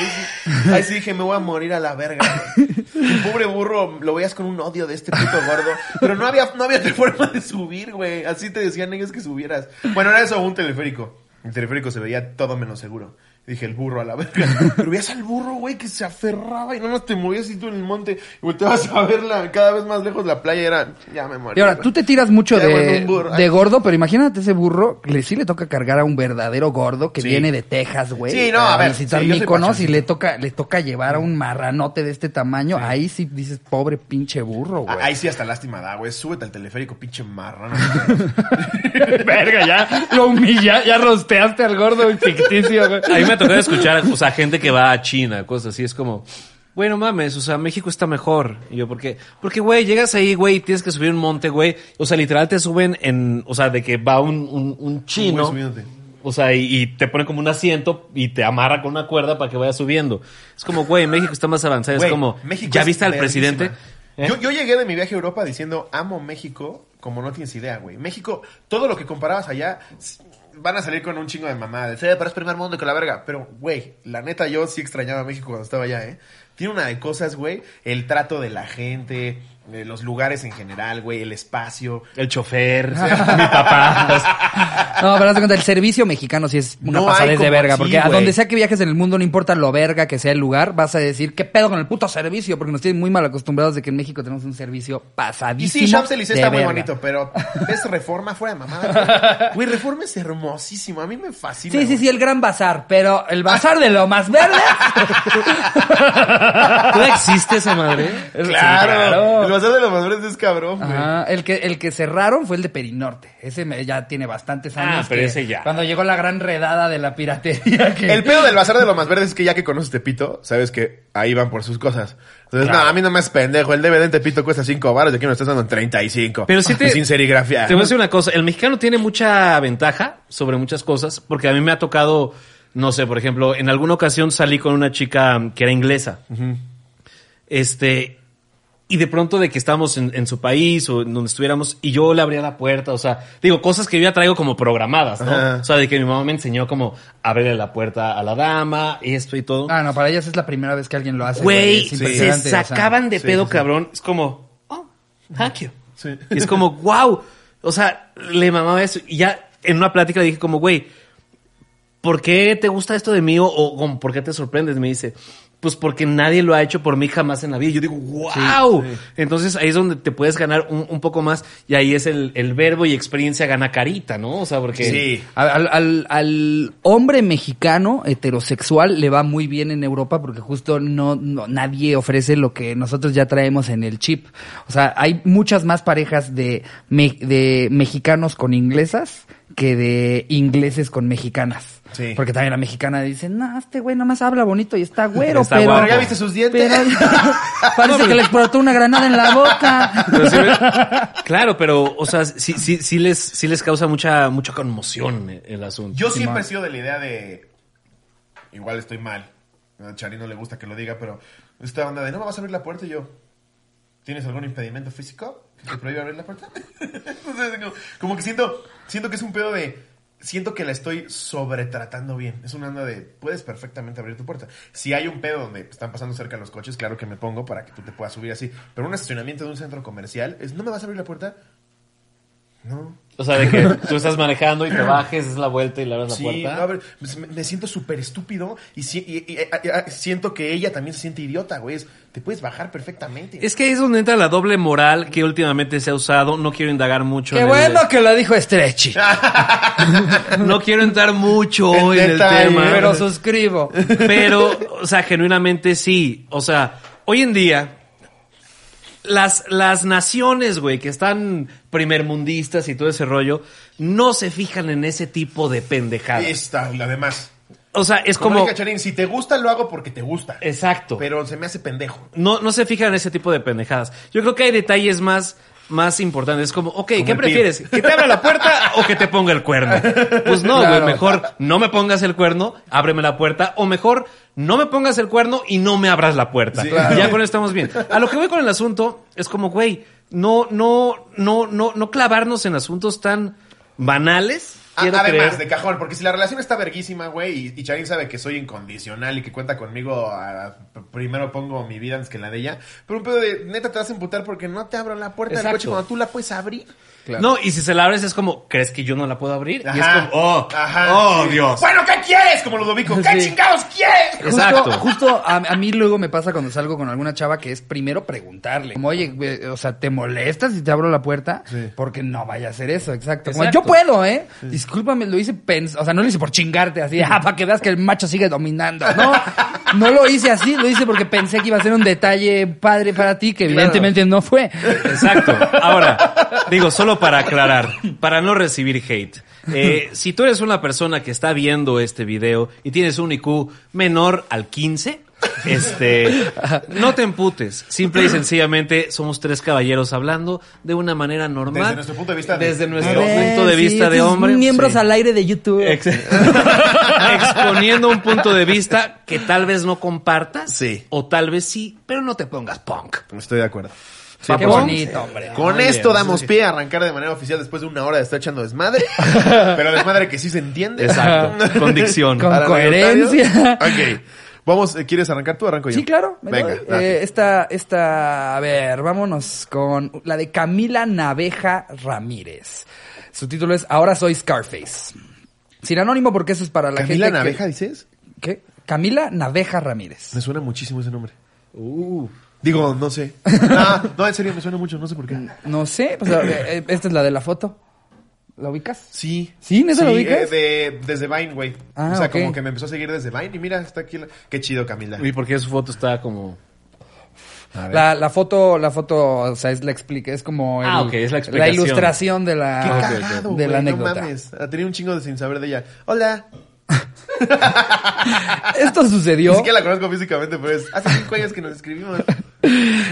B: sí, ahí sí dije, me voy a morir a la verga, güey. El pobre burro lo veías con un odio de este puto gordo. Pero no había, no había forma de subir, güey. Así te decían ellos que subieras. Bueno, era eso, un teleférico. El teleférico se veía todo menos seguro. Dije, el burro a la verga. Pero veías al burro, güey, que se aferraba y no más te movías y tú en el monte. Y volteabas a verla cada vez más lejos la playa. Era, ya me morí.
A: Y ahora,
B: güey.
A: tú te tiras mucho
B: Ya, bueno,
A: de,
B: un burro.
A: de gordo, pero imagínate ese burro, le sí le toca cargar a un verdadero gordo que
B: Sí.
A: viene de Texas, güey.
B: Sí, no, a ver,
A: visitar
B: sí, yo soy Mm.
A: Mykonos y
B: pachacito.
A: le toca, le toca llevar a un marranote de este tamaño. Ahí sí dices, pobre pinche burro,
B: Ah,
A: güey.
B: Ahí sí hasta lástima da, güey. Súbete al teleférico, pinche marrano.
A: Verga, ya lo humilla, ya rosteaste al gordo y ficticio, güey.
C: A mí me tocó escuchar, o sea, gente que va a China, cosas así, es como, bueno, mames, o sea, México está mejor. Y yo, ¿por qué? Porque, güey, llegas ahí, güey, y tienes que subir un monte, güey. O sea, literal te suben en, o sea, de que va un, un, un
B: Güey,
C: chino.
B: subiéndote.
C: O sea, y, y te pone como un asiento y te amarra con una cuerda para que vayas subiendo. Es como, güey, México está más avanzado.
B: Güey,
C: es como,
B: México
C: ¿ya
B: es
C: viste al
B: verguísima.
C: presidente? ¿Eh?
B: Yo, yo llegué de mi viaje a Europa diciendo, amo México, como no tienes idea, güey. México, todo lo que comparabas allá, s- van a salir con un chingo de mamada. Sí, pero es primer mundo y que la verga. Pero, güey, la neta, yo sí extrañaba a México cuando estaba allá, ¿eh? Tiene una de cosas, güey, el trato de la gente, eh, los lugares en general, güey, el espacio.
C: El chofer, mi papá. o sea,
A: No, pero haz de cuenta, el servicio mexicano sí es una
B: No hay
A: pasadez de
B: como
A: verga.
B: aquí,
A: porque a
B: güey.
A: donde sea que viajes en el mundo, no importa lo verga que sea el lugar, vas a decir, ¿qué pedo con el puto servicio? Porque nos tienen muy mal acostumbrados de que en México tenemos un servicio
B: Y
A: pasadísimo.
B: sí, Champs-Élysées
A: de
B: está muy
A: verga.
B: bonito, pero es Reforma fuera de mamada. Güey, Reforma es hermosísimo. A mí me fascina.
A: Sí, sí,
B: güey.
A: sí, el gran bazar, pero el bazar de lo más verde.
C: ¿Todavía existe esa madre?
B: Claro. El bazar de los madres es cabrón, güey.
A: Ajá, el que el que cerraron fue el de Perinorte. Ese me- ya tiene bastantes
C: Ah,
A: años.
C: pero
A: que
C: ese ya.
A: Cuando llegó la gran redada de la piratería. Que...
B: El pedo del bazar de lo más verde es que ya que conoces Tepito, sabes que ahí van por sus cosas. Entonces, no, a mí no me es pendejo. El DVD en Tepito cuesta 5 baros y aquí me lo estás dando en 35.
C: Pero sí te-
B: Y sin serigrafía.
C: Te voy a decir una cosa, el mexicano tiene mucha ventaja sobre muchas cosas, porque a mí me ha tocado, no sé, por ejemplo, en alguna ocasión salí con una chica mm, que era inglesa. Este, y de pronto de que estábamos en, en su país o en donde estuviéramos, y yo le abría la puerta, o sea, digo, cosas que yo ya traigo como programadas, ¿no?
B: Ajá.
C: O sea, de que mi mamá me enseñó como abrirle la puerta a la dama, esto y todo.
A: Ah, no, para ellas es la primera vez que alguien lo hace.
C: Güey,
A: es
C: se
A: impresionante, o sea.
C: sacaban de
B: sí,
C: pedo,
B: sí, sí.
C: cabrón. Es como, oh, thank you.
B: Sí.
C: Y es como, wow. O sea, le mamaba eso. Y ya en una plática le dije como, güey, ¿por qué te gusta esto de mí? O, o como, ¿por qué te sorprendes? Me dice, pues porque nadie lo ha hecho por mí jamás en la vida. Y yo digo, wow. Entonces ahí es donde te puedes ganar un, un poco más. Y ahí es el, el verbo y experiencia gana carita, ¿no? O sea, porque...
B: Sí.
A: Al, al- al hombre mexicano heterosexual le va muy bien en Europa porque justo no, no- nadie ofrece lo que nosotros ya traemos en el chip. O sea, hay muchas más parejas de, me- de mexicanos con inglesas que de ingleses con mexicanas.
B: Sí.
A: Porque también la mexicana dice, no, este güey nomás habla bonito y está güero,
C: Está
A: pero...
C: guapo.
B: Pero ya viste sus dientes.
A: pero- parece que le explotó una granada en la boca.
C: Pero sí me- claro, pero, o sea, sí, sí, sí les, sí les causa mucha, mucha conmoción el, el asunto.
B: Yo siempre he sido de la idea de. Igual estoy mal. A Charín no le gusta que lo diga, pero. Esta onda de no me vas a abrir la puerta y yo. ¿Tienes algún impedimento físico que te prohíbe abrir la puerta? Entonces, como, como que siento. Siento que es un pedo de. Siento que la estoy sobretratando bien. Es una onda de. Puedes perfectamente abrir tu puerta. Si hay un pedo donde están pasando cerca los coches, claro que me pongo para que tú te puedas subir así. Pero un estacionamiento de un centro comercial es. ¿No me vas a abrir la puerta? No.
C: O sea, de que tú estás manejando y te bajes, es la vuelta y le abres
B: Sí,
C: la puerta.
B: no, a ver, pues, me, me siento súper estúpido y, si- y- y- a- a- siento que ella también se siente idiota, güey. Es- Te puedes bajar perfectamente.
C: Es que ahí es donde entra la doble moral que últimamente se ha usado. No quiero indagar mucho.
A: Qué
C: en el-
A: bueno que lo dijo Stretchy.
B: Ah,
C: No quiero entrar mucho
B: En
C: en, el
B: detalle,
C: tema.
A: Pero suscribo.
C: Pero, o sea, genuinamente sí. O sea, hoy en día, las, las naciones, güey, que están primermundistas y todo ese rollo, no se fijan en ese tipo de pendejadas.
B: Ahí está, y además.
C: o sea, es
B: Como
C: como...
B: dice Charín, si te gusta, lo hago porque te gusta.
C: Exacto.
B: Pero se me hace pendejo.
C: no, no se fijan en ese tipo de pendejadas. Yo creo que hay detalles más, más importantes. Es como, ok, ¿qué
B: el
C: prefieres?
B: pin.
C: ¿Que te abra la puerta o que te ponga el cuerno? Pues no, güey,
A: Claro.
C: mejor no me pongas el cuerno, ábreme la puerta, o mejor no me pongas el cuerno y no me abras la puerta.
B: Sí, claro.
C: Ya con eso estamos bien. A lo que voy con el asunto es como, güey, no, no, no, no, no clavarnos en asuntos tan banales.
B: A-
C: Quiero
B: además,
C: creer.
B: de cajón, porque si la relación está verguísima, güey, y, y Charín sabe que soy incondicional y que cuenta conmigo, a- p- primero pongo mi vida antes que la de ella. Pero un pedo de neta te vas a emputar porque no te abro la puerta del
C: Exacto.
B: coche cuando tú la puedes abrir.
A: Claro.
C: No, y si se la abres es como, ¿crees que yo no la puedo abrir? y es
B: Ajá,
C: como, oh,
B: ajá,
C: oh,
B: sí.
C: Dios.
B: Bueno, ¿qué quieres? Como Ludovico, ¿qué
A: Sí.
B: chingados quieres?
A: Justo-
C: Exacto.
A: Justo, a, a mí luego me pasa cuando salgo con alguna chava que es primero preguntarle. Como, oye, güey, o sea, ¿te molestas si te abro la puerta? Porque no vaya a hacer eso, exacto. Como,
C: Exacto.
A: yo puedo, ¿eh? Discúlpame, lo hice pens O sea, no lo hice por chingarte así, ah, para que veas que el macho sigue dominando. No, no lo hice así, lo hice porque pensé que iba a ser un detalle padre para ti, que evidentemente no fue.
C: Exacto. Ahora, digo, solo para aclarar, para no recibir hate. eh, si tú eres una persona que está viendo este video y tienes un IQ menor al 15, este, no te emputes. Simple y sencillamente somos tres caballeros hablando de una manera normal.
B: Desde nuestro punto de vista de-
C: Desde
B: A
C: nuestro
A: A ver,
C: punto de
A: Eh, sí,
C: vista de
A: estos
C: hombre.
A: Miembros
C: Sí.
A: al aire de YouTube.
C: Ex- Exponiendo un punto de vista que tal vez no compartas.
B: Sí.
C: O tal vez sí, pero no te pongas punk.
B: Estoy de acuerdo.
A: Qué
C: Vamos.
A: bonito, hombre.
B: Con
C: Muy
B: esto
C: bien,
B: damos pie a arrancar de manera oficial después de una hora de estar echando desmadre. pero desmadre que sí se entiende.
C: Exacto. Con dicción.
A: Con-
B: Para
A: coherencia.
B: Alanotarios. Ok. Vamos, eh, ¿quieres arrancar tú? o Arranco yo.
A: Sí, claro. me
B: Venga.
A: doy.
B: date.
A: Eh, esta, esta, a ver, vámonos con la de Camila Naveja Ramírez. Su título es Ahora soy Scarface. Sin anónimo porque eso es para la gente.
B: Camila
A: que-
B: Naveja, dices?
A: ¿Qué? Camila Naveja Ramírez.
B: Me suena muchísimo ese nombre.
A: Uh.
B: Digo, no sé. No, no, en serio, me suena mucho, no sé por qué.
A: No sé, pues, eh, eh, esta es la de la foto. ¿La ubicas?
B: Sí.
A: ¿Sí? ¿Neta lo ubicas?
B: eh, de- desde Vine, güey.
A: Ah,
B: o sea,
A: ok.
B: como que me empezó a seguir desde Vine y mira, está aquí. la- Qué chido, Camila.
C: Y porque su foto está como.
B: A ver.
A: La, la foto, la foto, o sea, es la explica, es como
C: Ah, ok, es la explicación.
A: ilustración de la,
B: Qué
C: ok, ok.
B: cagado,
A: de
B: güey.
A: la
B: No
A: anécdota.
B: mames. Ah, Tenía un chingo de sin saber de ella. Hola.
A: Esto
B: Ni
A: sucedió.
B: siquiera la conozco físicamente, pero es hace cinco años que nos escribimos.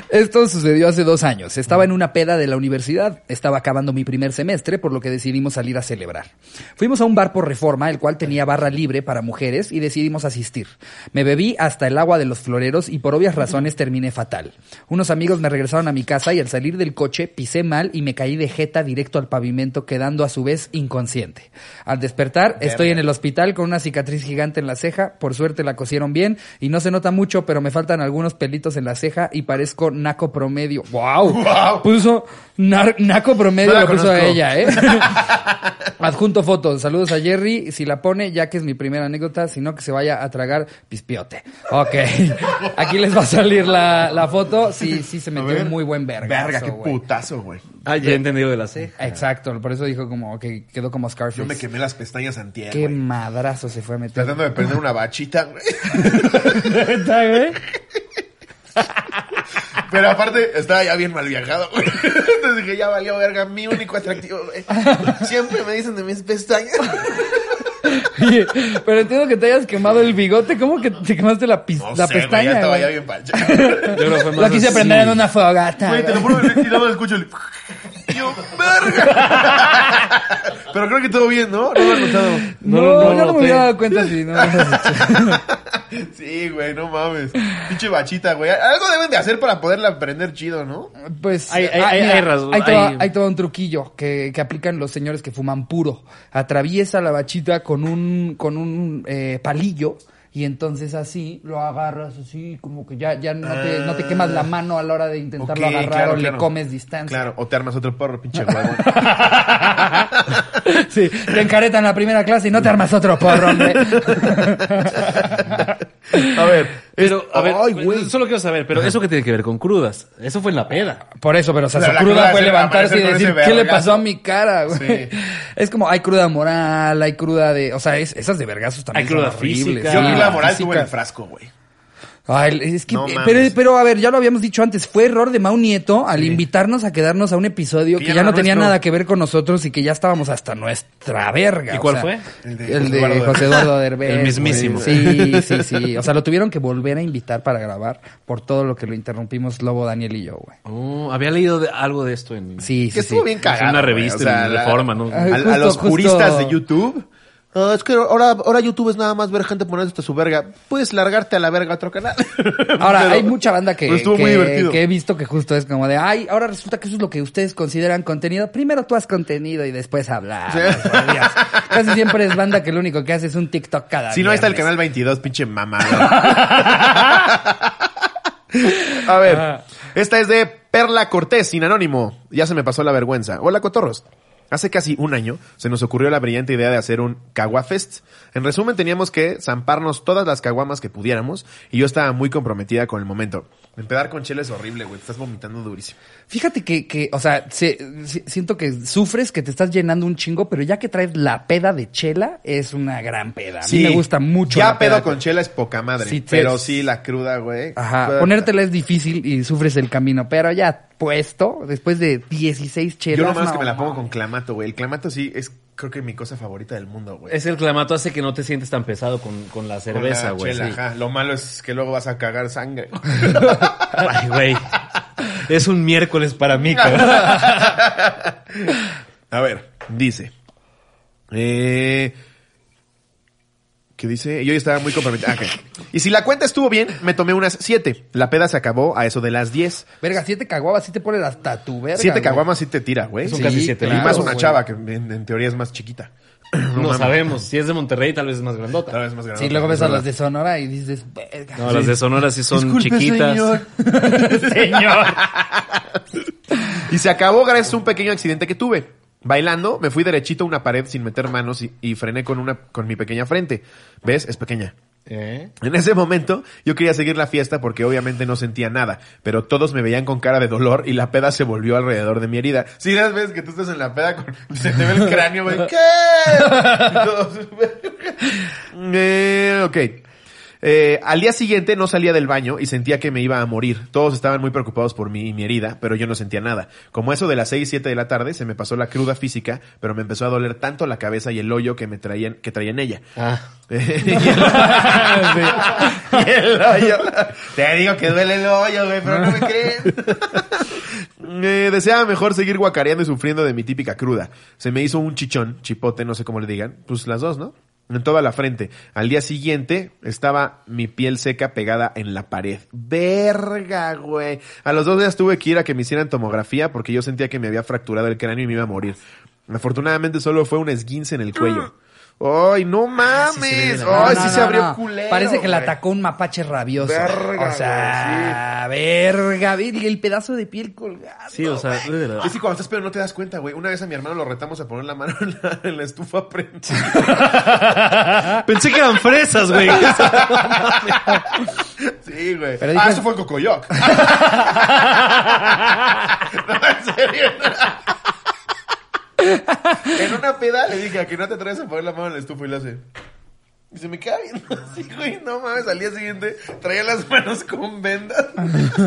A: Esto sucedió hace dos años. Estaba en una peda de la universidad. Estaba acabando mi primer semestre, por lo que decidimos salir a celebrar. Fuimos a un bar por reforma, el cual tenía barra libre para mujeres, y decidimos asistir. Me bebí hasta el agua de los floreros y por obvias razones terminé fatal. Unos amigos me regresaron a mi casa y al salir del coche pisé mal y me caí de jeta directo al pavimento, quedando a su vez inconsciente. Al despertar, estoy en el hospital con una cicatriz gigante en la ceja. Por suerte la cosieron bien y no se nota mucho, pero me faltan algunos pelitos en la ceja y parezco naco promedio. ¡Wow!
B: Guau.
A: Puso nar- naco promedio,
B: No la
A: lo puso a
B: conozco.
A: ella, ¿eh? Adjunto fotos. Saludos a Jerry. Si la pone, ya que es mi primera anécdota, sino que se vaya a tragar pispiote. Ok. Aquí les va a salir la, la foto. Sí, sí, se
B: A
A: metió
B: ver.
A: un muy buen verga.
B: Verga, qué putazo, güey.
C: Ah, ya he entendido de la ceja.
A: Exacto, por eso dijo como que quedó como Scarface.
B: Yo me quemé las pestañas antier,
A: Qué
B: güey.
A: madrazo se fue a meter.
B: Tratando de prender una bachita, güey.
A: Neta, eh? güey.
B: Pero aparte, estaba ya bien mal viajado, güey. Entonces dije, ya valió verga, mi único atractivo, güey. Siempre me dicen de mis pestañas.
A: Oye, pero entiendo que te hayas quemado el bigote. ¿Cómo que te quemaste la, pis-
B: No
A: la
B: sé,
A: pestaña?
B: güey, ya estaba
A: güey?
B: ya bien pancha.
C: Yo creo que fue más
A: La quise
C: así.
A: prender en una fogata.
B: Güey, te lo
A: güey.
B: juro, me tiraba el cucho y le- yo, verga. Pero creo que todo bien, ¿no? No lo han notado.
A: No,
C: No, no,
A: yo no me
C: te-
A: hubiera dado cuenta si no. me hubieras dicho.
B: Sí, güey, no mames. Pinche bachita, güey. Algo deben de hacer para poderla prender chido, ¿no?
A: Pues
C: Hay- hay-
A: ah,
C: hay-
A: mira,
C: hay razón,
A: hay todo,
C: hay-
A: hay todo un truquillo que, que aplican los señores que fuman puro. Atraviesa la bachita con un, con un eh, palillo y entonces así lo agarras así, como que ya, ya no, te, no te quemas la mano a la hora de intentarlo
B: Ah, Ok,
A: agarrar
B: claro,
A: o le
B: claro.
A: comes distancia.
B: Claro, o te armas otro porro, pinche huevo.
A: sí, te encaretan la primera clase y no te armas otro porro, hombre.
B: A ver,
C: Pero, a ver,
B: Ay, güey.
C: solo quiero saber, pero ¿eso qué tiene que ver con crudas? Eso fue en la peda.
A: Por eso, pero o sea,
B: La-
A: su
B: la
A: cruda
B: cruda
A: fue
B: es el
A: levantarse y
B: amanecer con
A: decir,
B: ese
A: ¿qué le
B: vergazo".
A: pasó a mi cara, güey?
B: Sí.
A: Es como, hay cruda moral, hay cruda de... O sea, es- esas de vergazos también
C: Hay cruda
A: son horribles.
C: física.
B: Yo
C: Sí,
B: vi la moral
A: física.
B: tuve en el frasco, güey.
A: Ay, es que,
B: No
A: eh,
B: mames.
A: pero, pero a ver, ya lo habíamos dicho antes, fue error de Mau Nieto al invitarnos a quedarnos a un episodio
B: Que
A: que,
B: ya
A: ya,
B: era
A: no tenía
B: nuestro.
A: nada que ver con nosotros y que ya estábamos hasta nuestra verga.
C: ¿Y
A: o
C: cuál
A: sea,
C: fue?
B: El
A: El
B: de
A: de,
B: Eduardo
A: José Eduardo Derbez.
C: El mismísimo.
A: güey. Sí, sí, sí. O sea, lo tuvieron que volver a invitar para grabar por todo lo que lo interrumpimos Lobo, Daniel y yo, güey.
C: Oh, había leído de- algo de esto en...
A: Sí,
B: que
A: sí, sí.
B: estuvo bien cagado.
C: una
B: güey.
C: revista en Reforma, ¿no?
B: A,
A: Ay,
B: a
A: justo,
B: los
A: justo.
B: puristas de YouTube. "Ah, es que ahora, ahora YouTube es nada más ver gente poniendo hasta su verga. Puedes largarte a la verga a otro canal.
A: Ahora,
B: Pero-
A: hay mucha banda que,
B: pero estuvo
A: que-
B: muy divertido.
A: que he visto que justo es como de, ay, ahora resulta que eso es lo que ustedes consideran contenido. Primero tú has contenido y después hablas. por Dios. Casi siempre es banda que lo único que hace es un TikTok cada
B: Si no, ahí está el
A: viernes.
B: canal 22, pinche mamada. A ver, esta es de Perla Cortés, sin anónimo. Ya se me pasó la vergüenza. Hola, cotorros. Hace casi un año se nos ocurrió la brillante idea de hacer un Caguafest. En resumen, teníamos que zamparnos todas las caguamas que pudiéramos y yo estaba muy comprometida con el momento. Empezar con chela es horrible, güey. Te estás vomitando durísimo.
A: Fíjate que, que o sea, se- si- siento que sufres, que te estás llenando un chingo, pero ya que traes la peda de chela, es una gran peda. A mí me gusta mucho.
B: Ya
A: la
B: pedo
A: peda
B: con chela es poca madre.
A: Sí, te-
B: pero sí, la cruda, güey.
A: Ajá,
B: Puta.
A: ponértela es difícil y sufres el camino, pero ya puesto, después de 16 chelas...
B: Yo lo más que
A: no,
B: me la
A: no.
B: pongo con clamato, güey. El clamato sí es, creo que mi cosa favorita del mundo, güey.
C: Es el clamato, hace que no te sientes tan pesado con, con la
B: Con
C: cerveza,
B: la
C: güey.
B: chela,
C: sí.
B: ajá. Lo malo es que luego vas a cagar sangre.
C: Ay, güey. Es un miércoles para mí, cabrón.
B: A ver, dice. Eh, ¿Qué dice? Yo ya estaba muy comprometido. Ah, ok. Y si la cuenta estuvo bien, me tomé unas siete. La peda se acabó a eso de las 10.
A: Verga, siete caguabas, sí te ponen hasta tu verga.
B: Siete
A: güey.
B: caguamas sí te tira, güey.
C: Son
B: Sí,
C: casi siete
B: Y
C: litros,
B: más una
A: güey.
B: chava que en, en teoría es más chiquita.
C: No,
B: mames.
C: sabemos. Si es de Monterrey, tal vez es más
B: Tal
C: grandota.
B: vez más grande.
A: Sí, luego ves a las de Sonora y dices, verga.
C: No, las de Sonora sí son
B: Disculpe,
C: chiquitas.
B: señor.
C: Señor.
B: Y se acabó gracias a un pequeño accidente que tuve. Bailando, me fui derechito a una pared sin meter manos y, y frené con una con mi pequeña frente. ¿Ves? Es pequeña.
C: ¿Eh?
B: En ese momento, yo quería seguir la fiesta porque obviamente no sentía nada, pero todos me veían con cara de dolor y la peda se volvió alrededor de mi herida. Si las veces que tú estás en la peda con, se te ve el cráneo, güey, ¿qué? Y todos, eh, ok. Eh, al día siguiente no salía del baño y sentía que me iba a morir. Todos estaban muy preocupados por mí y mi herida, pero yo no sentía nada. Como eso de las 6, 7 de la tarde, se me pasó la cruda física, pero me empezó a doler tanto la cabeza y el hoyo que me traían, que traía en ella.
C: Ah.
B: Y el hoyo. Te digo que duele el hoyo, güey, pero no me crees. Eh, deseaba mejor seguir guacareando y sufriendo de mi típica cruda. Se me hizo un chichón, chipote, no sé cómo le digan. Pues las dos, ¿no? En toda la frente. Al día siguiente estaba mi piel seca pegada en la pared. Verga, güey. A los dos días tuve que ir a que me hicieran tomografía porque yo sentía que me había fracturado el cráneo y me iba a morir. Afortunadamente solo fue un esguince en el
A: Mm.
B: cuello. ¡Ay, no
A: Ah,
B: mames!
A: No,
B: ¡Ay,
A: no,
B: sí
A: no,
B: se abrió
A: no.
B: culero!
A: Parece que la
B: güey.
A: atacó un mapache rabioso.
B: Verga,
A: o sea, verga, ve, y el pedazo de piel colgado.
C: Sí, o sea, de
A: Ah.
C: verdad.
B: Es que cuando estás pero no te das cuenta, güey. Una vez a mi hermano lo retamos a poner la mano en la, en la estufa prendida.
C: Pensé que eran fresas, güey.
B: Sí, güey.
A: Pero
B: ah,
A: dije-
B: eso fue en Cocoyoc. no, en serio. en una peda le dije a que no te atreves a poner la mano en el estufa y le hace. Y se me queda viendo así, güey. No mames, al día siguiente traía las manos con vendas.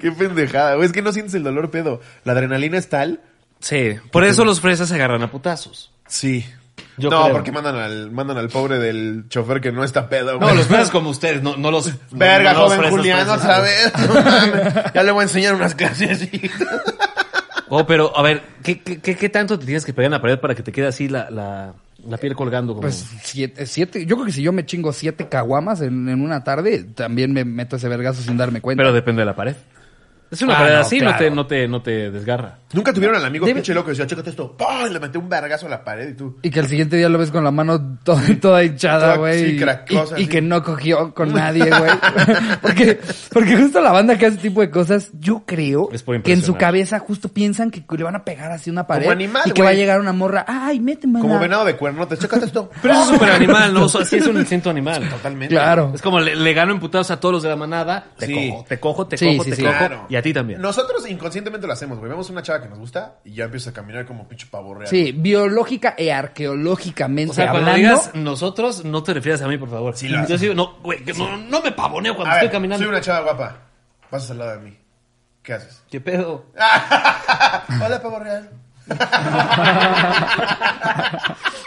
B: Qué pendejada, güey. Es que no sientes el dolor, pedo. La adrenalina es tal.
C: Sí, por eso los fresas se agarran a putazos.
B: Sí.
C: Yo
B: no,
C: creo.
B: porque mandan al, mandan al pobre del chofer que no está pedo,
C: No,
B: güey.
C: los fresas como ustedes, no, no los...
B: Verga,
C: no los
B: joven
C: fresas,
B: Julián,
C: fresas.
B: otra vez. No mames. ya le voy a enseñar unas clases.
C: Oh, pero, a ver, ¿qué, qué, qué, qué tanto te tienes que pegar en la pared para que te quede así la, la, la piel colgando? Como...
A: Pues siete, siete, yo creo que si yo me chingo siete caguamas en, en una tarde, también me meto ese vergazo sin darme cuenta.
C: Pero depende de la pared. Es una
A: Ah,
C: pared
A: no,
C: así, no,
A: claro.
C: te, no, te, no te desgarra.
B: Nunca tuvieron al amigo
A: Debe-
B: pinche loco que decía, chécate esto. ¡Pah! Y Le metí un vergazo a la pared y tú.
A: y que al siguiente día lo ves con la mano to- toda hinchada,
B: Toda-
A: güey.
B: sí,
A: y-
B: cracosa,
A: y, y
B: sí.
A: que no cogió con nadie, güey. porque, porque justo la banda que hace ese tipo de cosas, yo creo
C: Es por
A: que en su
C: impresionar.
A: cabeza justo piensan que le van a pegar así una pared.
B: animal,
A: y que
B: güey.
A: va a llegar una morra. Ay, méteme.
B: Como
A: la-".
B: venado de cuerno, te chécate esto.
C: Pero eso es súper animal, ¿no? O sea, sí es un instinto animal.
B: Totalmente.
A: Claro.
C: Es como le, le gano en putazos a todos los de la manada. Te
B: Sí.
C: cojo, te cojo, te
A: Sí,
C: cojo,
A: sí,
C: te
A: sí.
C: cojo.
B: Claro.
C: Y a ti también.
B: Nosotros inconscientemente lo hacemos, güey. Vemos una chava que nos gusta y ya empieza a caminar como pinche pavo real.
A: Sí, biológica e arqueológicamente
C: O sea, cuando
A: hablando.
C: digas nosotros, no te refieras a mí, por favor.
B: Sí, lo
C: Yo
B: hace.
C: sigo, no, güey, que no, no me pavoneo cuando
B: A
C: estoy
B: ver,
C: caminando.
B: Soy una chava guapa. Pasas al lado de mí. ¿Qué haces?
C: ¿Qué pedo?
B: Ah,
C: Ah.
B: Hola, pavo real.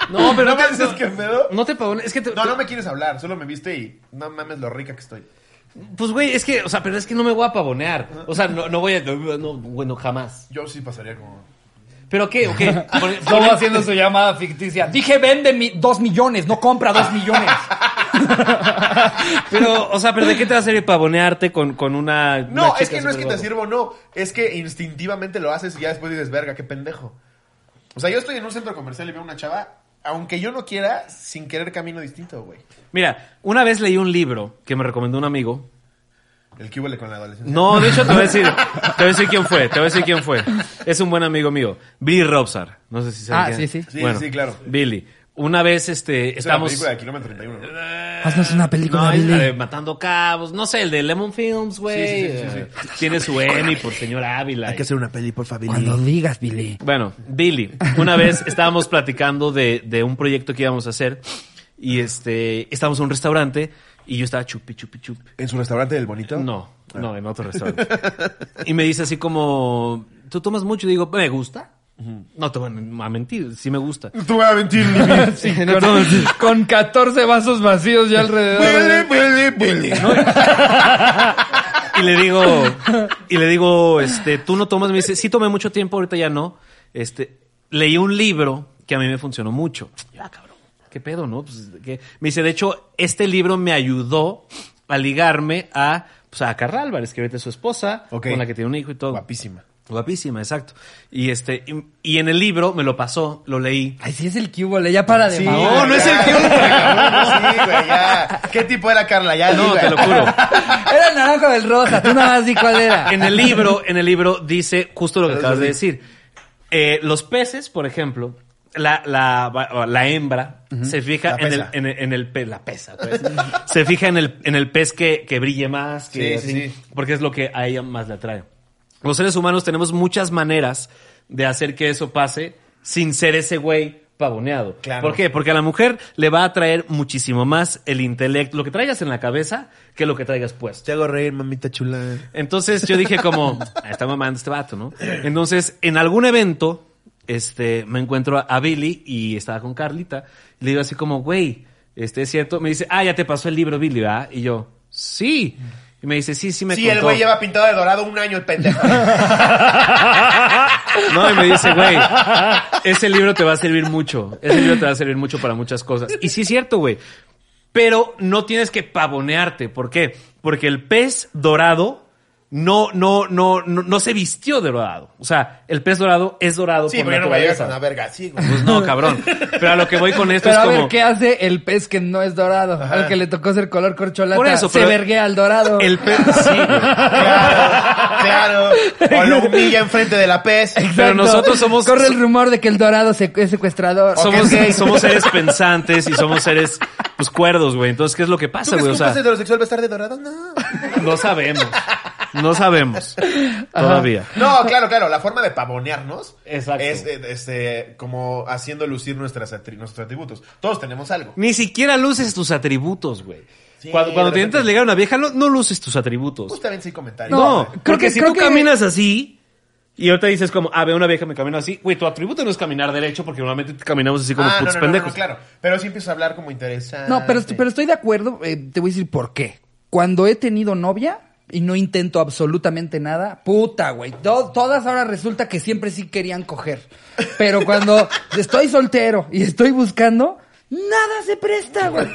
C: No, pero
B: ¿No me
C: te-
B: dices qué pedo?
C: No te pavonees, es que te-
B: No, no me quieres hablar. Solo me viste y no mames lo rica que estoy.
C: Pues, güey, es que, o sea, pero es que no me voy a pavonear. O sea, no, no voy a. No, bueno, jamás.
B: Yo sí pasaría como...
C: ¿Pero qué? ¿O qué? Por-
A: Solo haciendo su llamada ficticia. Dije, vende mi dos millones, no compra dos millones.
C: Pero, o sea, ¿pero de qué te va a servir pavonearte con, con una.
B: No,
C: una
B: es
C: chica
B: que no es que te
C: superguapa?
B: sirvo, no. Es que instintivamente lo haces y ya después dices, verga, qué pendejo. O sea, yo estoy en un centro comercial y veo a una chava, aunque yo no quiera, sin querer camino distinto, güey.
C: Mira, una vez leí un libro que me recomendó un amigo.
B: El que huele con la adolescencia.
C: No, de hecho, te voy a decir. Te voy a decir quién fue. Te voy a decir quién fue. Es un buen amigo mío. Billy Robsar. No sé si sabes.
A: Ah,
C: quién es.
A: sí, sí.
B: Sí, sí, claro.
C: Billy. Una vez, este.
B: es una
C: estamos.
B: película de kilómetro 31.
A: Haznos una película,
C: No, es la
A: Billy.
C: de Matando Cabos, no sé, el de Lemon Films,
B: Sí,
C: güey.
B: sí, sí, sí, sí.
C: Eh, Tiene su Emmy por señor Ávila. y-
B: una peli, por favor.
A: Cuando digas, Billy.
C: Bueno, Billy, una vez estábamos platicando de, de un proyecto que íbamos a hacer y este, estábamos en un restaurante y yo estaba chupi, chupi, chupi.
B: ¿En su restaurante del bonito?
C: No, no, en otro restaurante. Y me dice así como, ¿tú tomas mucho? Y digo, ¿me gusta? No te voy a mentir, sí me gusta.
B: No te voy a mentir, mi vida.
C: No te voy a mentir.
A: Con 14 vasos vacíos ya
B: Huele,
A: alrededor.
B: huele, huele.
C: y le digo, y le digo, este, tú no tomas, me dice, sí tomé mucho tiempo, ahorita ya no. Este, leí un libro que a mí me funcionó mucho. Ya, cabrón, qué pedo, ¿no? Pues, ¿qué? Me dice, de hecho, este libro me ayudó a ligarme a, pues, a Carla Álvarez, que ahorita es su esposa,
B: Ok.
C: con la que tiene un hijo y todo.
B: Guapísima.
C: Guapísima, exacto. Y este, y, y en el libro me lo pasó, lo leí.
A: Ay, sí es el cubole, ya para de
B: Sí,
A: mamón.
C: no,
B: güey,
C: no es
B: ya,
C: el tío.
B: cabrón, Sí, güey, ya. ¿Qué tipo era Carla? Ya, di,
C: No,
B: güey.
C: te lo juro.
A: Era el naranjo del rosa, tú nada más di cuál era.
C: en el libro, en el libro dice justo lo que
B: Pero
C: acabas
B: eso
C: de
B: sí.
C: decir. Eh, los peces, por ejemplo, la, la, la hembra se fija
B: La
C: en el,
B: pesa.
C: en el, en el pe- la pesa, pues. se fija en el, en el pez que, que brille más, que
B: Sí, sí,
C: así,
B: sí.
C: porque es lo que a ella más le atrae. Los seres humanos tenemos muchas maneras de hacer que eso pase sin ser ese güey pavoneado.
B: Claro.
C: ¿Por qué? Porque a la mujer le va a atraer muchísimo más el intelecto, lo que traigas en la cabeza, que lo que traigas puesto.
B: Te hago reír, mamita chula.
C: Entonces yo dije como, "Ah, está mamando este vato, ¿no? Entonces, en algún evento, este, me encuentro a, a Billy y estaba con Carlita. Y le digo así como, güey, este, ¿es cierto? Me dice, ah, ya te pasó el libro, Billy, ¿verdad? Y yo, sí. Y me dice, sí, sí me
B: Sí,
C: contó.
B: el güey lleva pintado de dorado un año, el pendejo.
C: No, y me dice, güey, ese libro te va a servir mucho. Ese libro te va a servir mucho para muchas cosas. Y sí es cierto, güey. Pero no tienes que pavonearte. ¿Por qué? Porque el pez dorado no, no, no, no, no se vistió de dorado. O sea, el pez dorado es dorado
B: Sí,
C: por
B: pero yo no voy a llegar
C: naturaleza.
B: con la verga así, güey.
C: Pues no, cabrón. Pero a lo que voy con esto
A: Pero
C: es
A: a
C: como.
A: ver, ¿qué hace el pez que no es dorado? Al que le tocó ser color corcholata.
C: Por eso,
A: se
C: pero-
A: verguea al dorado.
C: El pez. Sí, güey.
B: Claro, claro. O lo humilla enfrente de la pez.
C: pero nosotros somos-
A: Corre el rumor de que el dorado se- es secuestrador.
C: somos,
B: Ok, ok.
C: somos seres pensantes y somos seres, pues, cuerdos, güey. Entonces, ¿qué es lo que
B: ¿Tú
C: pasa,
B: crees que
C: güey?
B: un
C: O sea,
B: pez heterosexual va a estar de dorado? No.
C: No sabemos. No sabemos. Todavía.
B: No, claro, claro. La forma de pavonearnos
C: Exacto.
B: es eh, este, como haciendo lucir nuestras atri- nuestros atributos. Todos tenemos algo.
C: Ni siquiera luces tus atributos, güey.
B: Sí,
C: cuando cuando
B: de repente.
C: te intentas ligar a una vieja, no, no luces tus atributos.
B: Justamente sin Pues comentarios.
C: No,
A: No, creo
C: porque
A: que-
C: si
A: creo
C: tú
A: que-
C: caminas así y ahorita dices como, ah, ve una vieja, me camino así. Güey, tu atributo no es caminar derecho porque normalmente caminamos así como
B: ah, no,
C: putos
B: no, no, no,
C: pendejos.
B: no, claro. Pero sí empiezas a hablar como interesante.
A: No,
C: Ah,
A: pero, est- pero estoy de acuerdo. eh, te voy a decir por qué. Cuando he tenido novia y no intento absolutamente nada, puta, güey. to- todas ahora resulta que siempre sí querían coger. Pero cuando estoy soltero y estoy buscando, nada se presta, güey.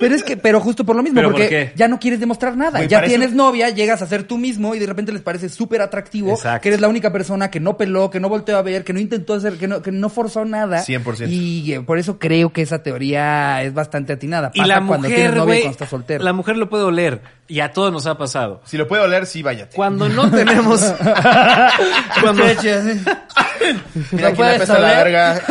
A: Pero es que, pero justo por lo mismo,
C: ¿Pero por
A: porque
C: qué?
A: ya no quieres demostrar nada.
B: Güey,
A: ya
B: parece-
A: tienes novia, llegas a ser tú mismo y de repente les parece súper atractivo
C: Exacto.
A: que eres la única persona que no peló, que no volteó a ver, que no intentó hacer, que no, que no forzó nada.
B: 100%.
A: Y eh, por eso creo que esa teoría es bastante atinada.
C: Y
A: Pasa
C: la
A: cuando tienes
C: mujer,
A: novia y
C: güey,
A: cuando estás soltero.
C: la mujer lo puede oler. Y a todos nos ha pasado.
B: Si lo puedo oler, sí, váyate.
C: Cuando no tenemos... cuando,
B: Mira
A: ¿Lo
B: aquí la
A: puedes
B: pesa la
A: oler?
B: verga.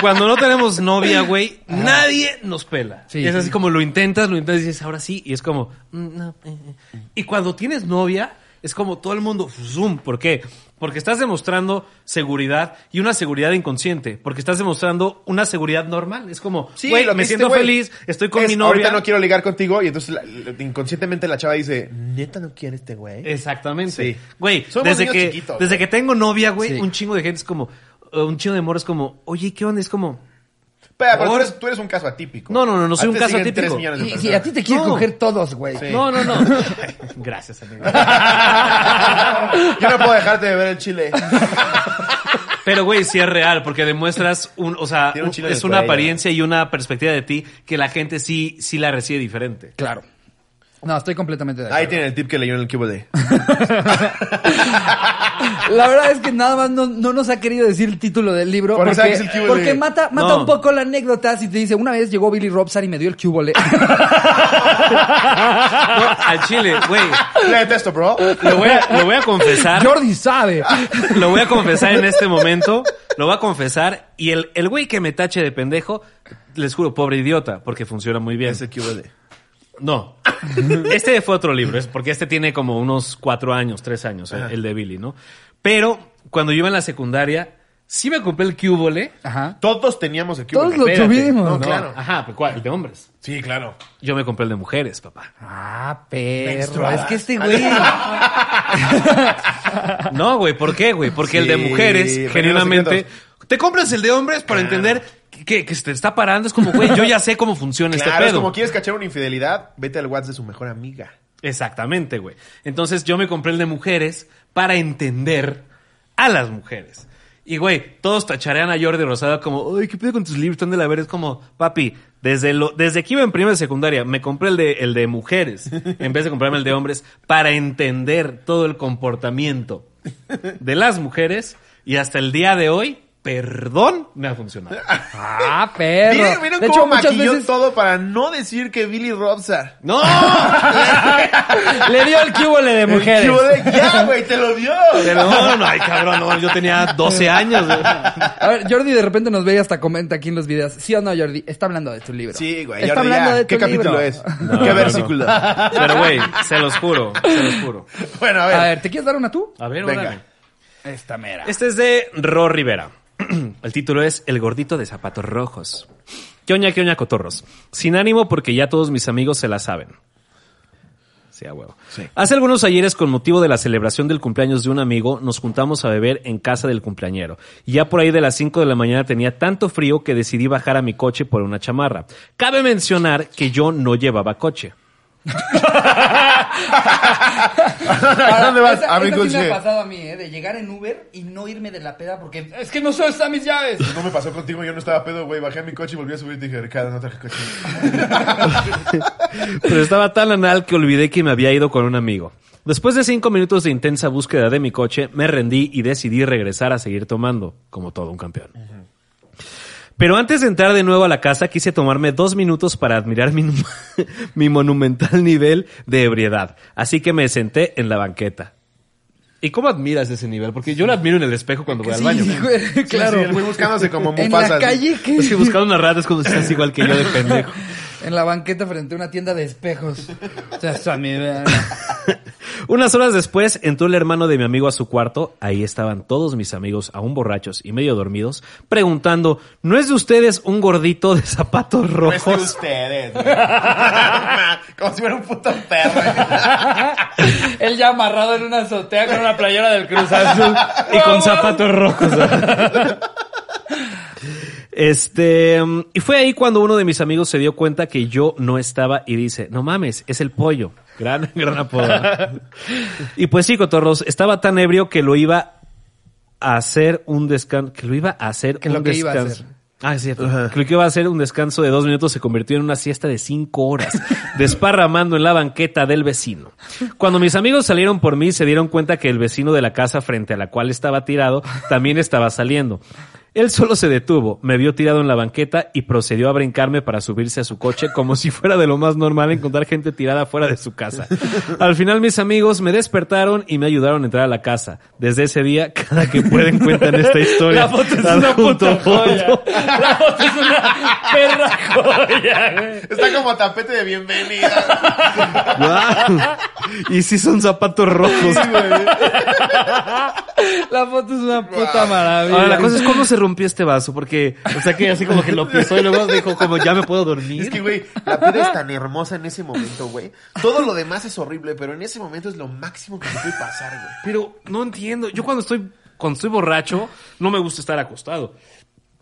C: cuando no tenemos novia, güey, nadie nos pela.
A: Sí,
C: es así
A: sí.
C: como lo intentas, lo intentas y dices, ahora sí, y es como, mm, no, eh, eh. Y cuando tienes novia, es como todo el mundo, zoom, ¿por qué? Porque estás demostrando seguridad y una seguridad inconsciente, porque estás demostrando una seguridad normal. Es como,
B: Sí,
C: güey,
B: lo
C: me
B: viste,
C: siento
B: güey.
C: feliz, estoy con
B: Es,
C: mi novia.
B: Ahorita no quiero ligar contigo. Y entonces la- la- inconscientemente la chava dice, neta no quiere este güey.
C: Exactamente.
B: Sí.
C: Güey,
B: Somos
C: desde
B: niños
C: que
B: chiquitos, ¿eh?
C: desde
B: güey.
C: que tengo novia, güey,
A: Sí.
C: un chingo de gente es como eh, un chingo de moros como, "Oye, ¿qué onda?" Es como,
B: Pero, pero tú,
C: Ahora-
B: eres, tú eres un caso atípico.
C: No, no, no, no soy
B: A ti
C: un
B: te
C: caso
B: siguen
C: atípico.
B: tres millones de
A: Y, y
B: personas.
A: a ti te quieren
C: No.
A: coger todos, güey.
B: Sí.
C: "No, no, no." Gracias, amigo.
B: Yo no puedo dejarte de ver el chile.
C: Pero güey, sí es real porque demuestras un, o sea,
B: Tiene un
C: un-
B: chile en
C: es
B: el
C: una
B: cuello.
C: apariencia y una perspectiva de ti que la gente sí sí la recibe diferente.
A: Claro. No, estoy completamente de acuerdo.
B: Ahí tienen el tip que leyó en el cubo de.
A: La verdad es que nada más no, no nos ha querido decir el título del libro.
B: Porque
A: Porque,
B: sabes el cubole.
A: porque mata, mata
C: No.
A: un poco la anécdota si te dice, una vez llegó Billy Robson y me dio el cubole.
C: No, al chile, güey.
B: Le detesto, bro.
C: Lo voy a lo voy a confesar.
A: Jordi sabe.
C: Lo voy a confesar en este momento. Lo voy a confesar. Y el, el güey que me tache de pendejo, les juro, pobre idiota, porque funciona muy bien.
B: Es el cubo de.
C: No. Este fue otro libro, es porque este tiene como unos cuatro años, tres años, el, el de Billy, ¿no? Pero cuando yo iba en la secundaria, sí me compré el cubole.
A: Ajá.
B: Todos teníamos el cubo
A: Todos
B: de.
A: lo
C: Espérate.
A: tuvimos.
B: No, claro.
C: Ajá, pero ¿cuál? El de hombres.
B: Sí, claro.
C: Yo me compré el de mujeres, papá.
A: Ah, perro.
B: Menstruadas.
A: Es que este güey.
C: No, güey, ¿por qué, güey? Porque el de
B: Sí,
C: mujeres,
B: revelan
C: genuinamente.
B: secretos.
C: Te compras el de hombres para entender que, que se te está parando. Es como, güey, yo ya sé cómo funciona
B: Claro,
C: este
B: es
C: pedo.
B: como quieres cachar una infidelidad, vete al WhatsApp de su mejor amiga.
C: Exactamente, güey. Entonces yo me compré el de mujeres para entender a las mujeres. Y, güey, todos tacharean a Jordi Rosada como, ay, ¿qué pedo con tus libros? ¿Dónde la ver? Es como, papi, desde, lo, desde que iba en primera de secundaria, me compré el de, el de mujeres en vez de comprarme el de hombres para entender todo el comportamiento de las mujeres. Y hasta el día de hoy, perdón, me ha funcionado.
A: Ah, perro.
B: Miren, miren
A: de hecho,
B: cómo
A: muchas
B: maquilló
A: veces
B: todo para no decir que Billy Robson.
C: ¡No!
A: le dio el cubole de mujeres.
B: El cubo de. Ya, güey, te lo dio.
C: Perdón, ay, cabrón, no, yo tenía 12 años. güey.
A: A ver, Jordi de repente nos ve y hasta comenta aquí en los videos. ¿Sí o no, Jordi? Está hablando de tu libro.
B: Sí, güey.
A: Está
B: Jordi,
A: hablando
B: ya.
A: de tu
B: ¿Qué capítulo
A: libro.
B: es?
C: No,
B: ¿Qué
C: no,
B: versículo?
C: Pero, güey, se los juro, se los juro.
B: Bueno, a ver.
A: A ver, ¿te quieres dar una tú?
C: A ver,
B: Venga.
C: órale.
A: Esta mera.
C: Este es de Ro Rivera. El título es El gordito de zapatos rojos. ¿Qué oña, qué oña, cotorros? Sin ánimo porque ya todos mis amigos se la saben. Sí, a huevo.
B: Sí.
C: Hace algunos ayeres, con motivo de la celebración del cumpleaños de un amigo, nos juntamos a beber en casa del cumpleañero. Y ya por ahí de las 5 de la mañana tenía tanto frío que decidí bajar a mi coche por una chamarra. Cabe mencionar que yo no llevaba coche.
B: ¿A dónde vas?
A: Esa,
B: A mi
A: esa sí me
B: coche.
A: ha pasado a mí, ¿eh? De llegar en Uber y no irme de la peda porque es que no sé dónde están mis llaves.
B: No me pasó contigo, yo no estaba pedo, güey. Bajé a mi coche y volví a subir y dije, Ricardo, no traje coche.
C: Pero estaba tan anal que olvidé que me había ido con un amigo. Después de cinco minutos de intensa búsqueda de mi coche, me rendí y decidí regresar a seguir tomando, como todo un campeón. Pero antes de entrar de nuevo a la casa, quise tomarme dos minutos para admirar mi, mi monumental nivel de ebriedad. Así que me senté en la banqueta. ¿Y cómo admiras ese nivel? Porque yo lo admiro en el espejo cuando voy al baño.
A: Pues Sí, güey, claro.
B: Sí, sí, el güey buscándose como
A: en
B: Mufasa,
A: la
B: así.
A: calle que...
C: Es que buscar una rata es como si estás igual que yo de pendejo.
A: En la banqueta frente a una tienda de espejos. O sea, eso a mí me-
C: Unas horas después entró el hermano de mi amigo a su cuarto. Ahí estaban todos mis amigos, aún borrachos y medio dormidos, preguntando: ¿No es de ustedes un gordito de zapatos
B: No es de
C: rojos?
B: ustedes. güey. como si fuera un puto perro.
A: Él ya amarrado en una azotea con una playera del Cruz Azul.
C: y con zapatos rojos. Este, mm, y fue ahí cuando uno de mis amigos se dio cuenta que yo no estaba y dice, no mames, es el pollo. Gran, gran apodo. y pues sí, Cotorros, estaba tan ebrio que lo iba a hacer un descanso, que lo iba a hacer
A: Que
C: un
A: lo que iba a
C: descanso.
A: hacer.
C: Ah, es cierto. Que lo que iba a hacer un descanso de dos minutos se convirtió en una siesta de cinco horas, desparramando en la banqueta del vecino. Cuando mis amigos salieron por mí, se dieron cuenta que el vecino de la casa frente a la cual estaba tirado también estaba saliendo. Él solo se detuvo, me vio tirado en la banqueta y procedió a brincarme para subirse a su coche como si fuera de lo más normal encontrar gente tirada fuera de su casa. Al final mis amigos me despertaron y me ayudaron a entrar a la casa. Desde ese día, cada que pueden cuentan esta historia.
D: La foto es
C: Las
D: una
C: junto
D: puta
C: foto.
D: joya. La foto es una perra joya, güey.
B: Está como tapete de bienvenida.
C: Guau. Y sí son zapatos rojos.
A: La foto es una puta maravilla.
C: Ahora, la cosa es cómo se rompió este vaso, porque, o sea, que así como que lo pisó y luego dijo como, ya me puedo dormir.
B: Es que, güey, la peda es tan hermosa en ese momento, güey. Todo lo demás es horrible, pero en ese momento es lo máximo que te puede pasar, güey.
C: Pero no entiendo. Yo cuando estoy, cuando estoy borracho, no me gusta estar acostado.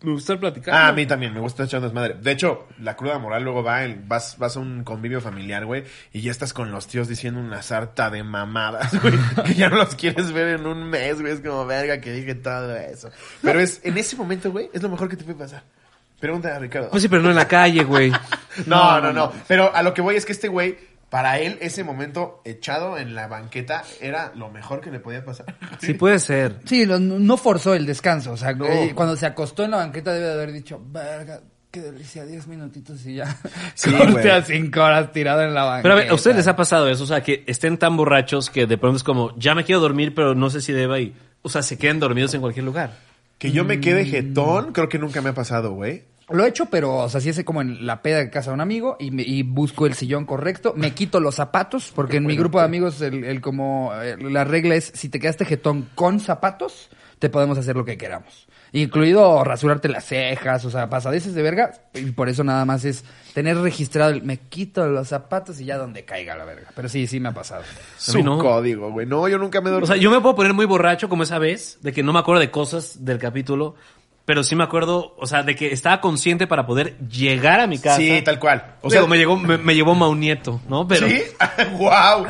C: Me gusta estar platicando.
B: Ah, a mí también, me gusta echar desmadre. De hecho, la cruda moral luego va, en- vas, vas a un convivio familiar, güey, y ya estás con los tíos diciendo una sarta de mamadas, güey, que ya no los quieres ver en un mes, güey, es como verga que dije todo eso. Pero es, en ese momento, güey, es lo mejor que te puede pasar. Pregunta a Ricardo.
C: Pues sí, pero no en la calle, güey.
B: No, no, no. Pero a lo que voy es que este güey, para él, ese momento echado en la banqueta era lo mejor que le podía pasar.
C: Sí puede ser.
A: Sí, lo- no forzó el descanso. O sea,
B: No.
A: eh, cuando se acostó en la banqueta debe de haber dicho, verga, qué delicia, 10 minutitos y ya.
B: Sí,
A: Corte
B: güey.
A: a 5 horas tirado en la banqueta.
C: Pero a ver, ¿a ustedes les ha pasado eso? O sea, que estén tan borrachos que de pronto es como, ya me quiero dormir, pero no sé si deba y... O sea, se quedan dormidos en cualquier lugar.
B: Que yo me
C: Mm.
B: quede jetón, creo que nunca me ha pasado, güey.
A: Lo he hecho, pero, o sea, si es como en la peda de casa de un amigo y, me- y busco el sillón correcto, me quito los zapatos, porque en mi grupo de amigos el, el como eh, la regla es, si te quedaste jetón con zapatos, te podemos hacer lo que queramos. Incluido rasurarte las cejas, o sea, pasadices de verga, y por eso nada más es tener registrado el me quito los zapatos y ya donde caiga la verga. Pero sí, sí me ha pasado.
C: A
B: Su
C: mí
B: código, güey. No, yo nunca me he
C: O
B: dormido.
C: sea, yo me puedo poner muy borracho como esa vez, de que no me acuerdo de cosas del capítulo, pero sí me acuerdo, o sea, de que estaba consciente para poder llegar a mi casa.
B: sí, tal cual.
C: O sea, me, llegó, me, me llevó Maunieto, ¿no? Pero,
B: ¿Sí? ¡Wow! No,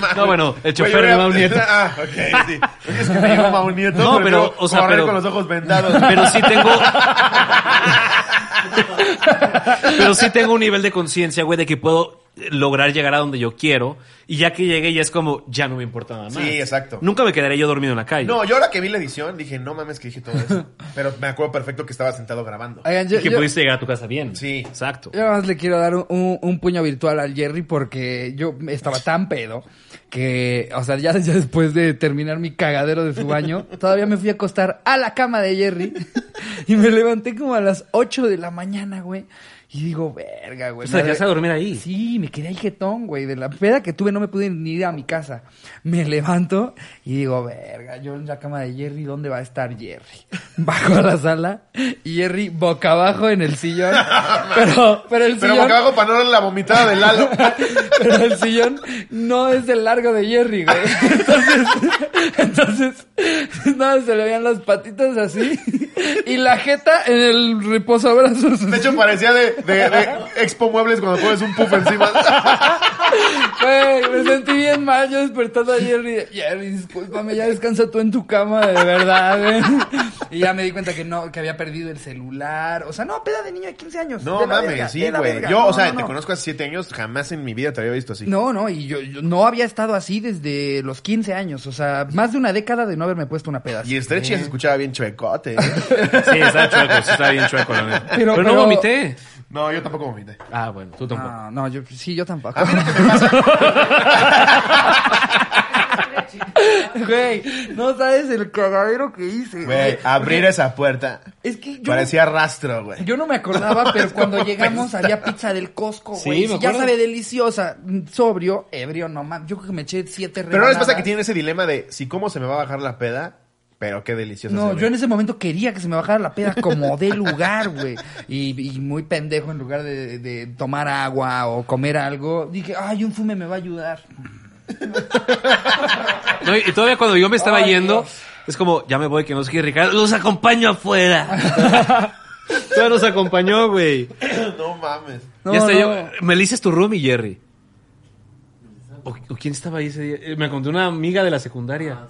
B: mames.
C: No, bueno, el chofer
B: Güey, yo
C: de
B: voy a-
C: Mau Nieto.
B: Ah, ok, sí. Es que me llegó Mau Nieto.
C: No, pero,
B: prefiero
C: o sea,
B: correr
C: pero-
B: con los ojos vendados.
C: pero sí tengo... pero sí tengo un nivel de conciencia, güey, de que puedo lograr llegar a donde yo quiero. Y ya que llegué, ya es como, ya no me importa nada más.
B: Sí, exacto.
C: Nunca me quedaré yo dormido en la calle.
B: No, yo ahora que vi la edición dije, no mames que dije todo eso. Pero me acuerdo perfecto que estaba sentado grabando.
A: Oigan,
C: y
A: yo-
C: que
A: yo-
C: pudiste llegar a tu casa bien.
B: Sí.
C: Exacto.
A: Yo nada más le quiero dar un, un- un puño virtual al Jerry porque yo estaba tan pedo que, o sea, ya, ya después de terminar mi cagadero de su baño, todavía me fui a acostar a la cama de Jerry y me levanté como a las 8 de la mañana, güey. Y digo, verga, güey.
C: O sea,
A: me-
C: Pues te quedaste a dormir ahí.
A: Sí, me quedé ahí jetón, güey. De la peda que tuve no me pude ni ir a mi casa. Me levanto y digo, verga, yo en la cama de Jerry, ¿dónde va a estar Jerry? Bajo a la sala y Jerry boca abajo en el sillón. pero, pero el
B: Pero
A: sillón...
B: boca abajo para no darle la vomitada de Lalo.
A: Pero el sillón no es el largo de Jerry, güey. Entonces, entonces, no, se le veían las patitas así y la jeta en el reposabrazos.
B: De hecho, parecía de, de- de Expo Muebles cuando pones un puff encima.
A: Güey, me sentí bien mal yo despertando a Jerry. Jerry, discúlpame, ya descansa tú en tu cama, de verdad, güey. Y ya me di cuenta que no, que había perdido el celular. O sea, no, peda de niño de 15 años.
B: No
A: de la
B: mames,
A: verga,
B: sí,
A: de la
B: güey.
A: verga.
B: Yo,
A: No,
B: o sea,
A: no,
B: te
A: no.
B: conozco hace siete años, jamás en mi vida te había visto así.
A: No, no, y yo, yo no había estado así desde los 15 años. O sea, más de una década de no haberme puesto una peda. así.
B: Y Stretch ya se escuchaba bien chuecote. ¿eh?
C: Sí, está chueco, sí, está bien chueco, la neta.
A: Pero-
C: Pero, no
A: pero-
C: vomité.
B: No, yo tampoco vomité.
C: Ah, bueno, tú tampoco.
A: No, no, yo, sí, yo tampoco. Güey, no sabes el cagadero que hice.
B: Güey, abrir esa puerta.
A: Es que yo
B: Parecía rastro, güey.
A: Yo no me acordaba, pero cuando llegamos había pizza del Costco,
C: Sí,
A: güey.
C: me
A: ya
C: acuerdo.
A: sabe deliciosa. Mm, Sobrio, ebrio, no mames. Yo creo que me eché siete
B: Pero no les
A: rebanadas.
B: pasa que tienen ese dilema de si cómo se me va a bajar la peda, pero qué delicioso.
A: No,
B: se ve.
A: yo en ese momento quería que se me bajara la peda como de lugar, güey. Y, y muy pendejo, en lugar de, de tomar agua o comer algo, dije, ay, un fume me va a ayudar.
C: No, y y todavía cuando yo me estaba
A: Ah. Ay,
C: yendo,
A: Dios.
C: es como, ya me voy, que no sé qué, Ricardo, los acompaño afuera. Todavía nos acompañó, güey.
B: No mames.
A: No,
C: ya está,
A: no.
C: yo- Melissa es tu roomie, Jerry. ¿O, o quién estaba ahí ese día? Eh, Me contó una amiga de la secundaria. Ah,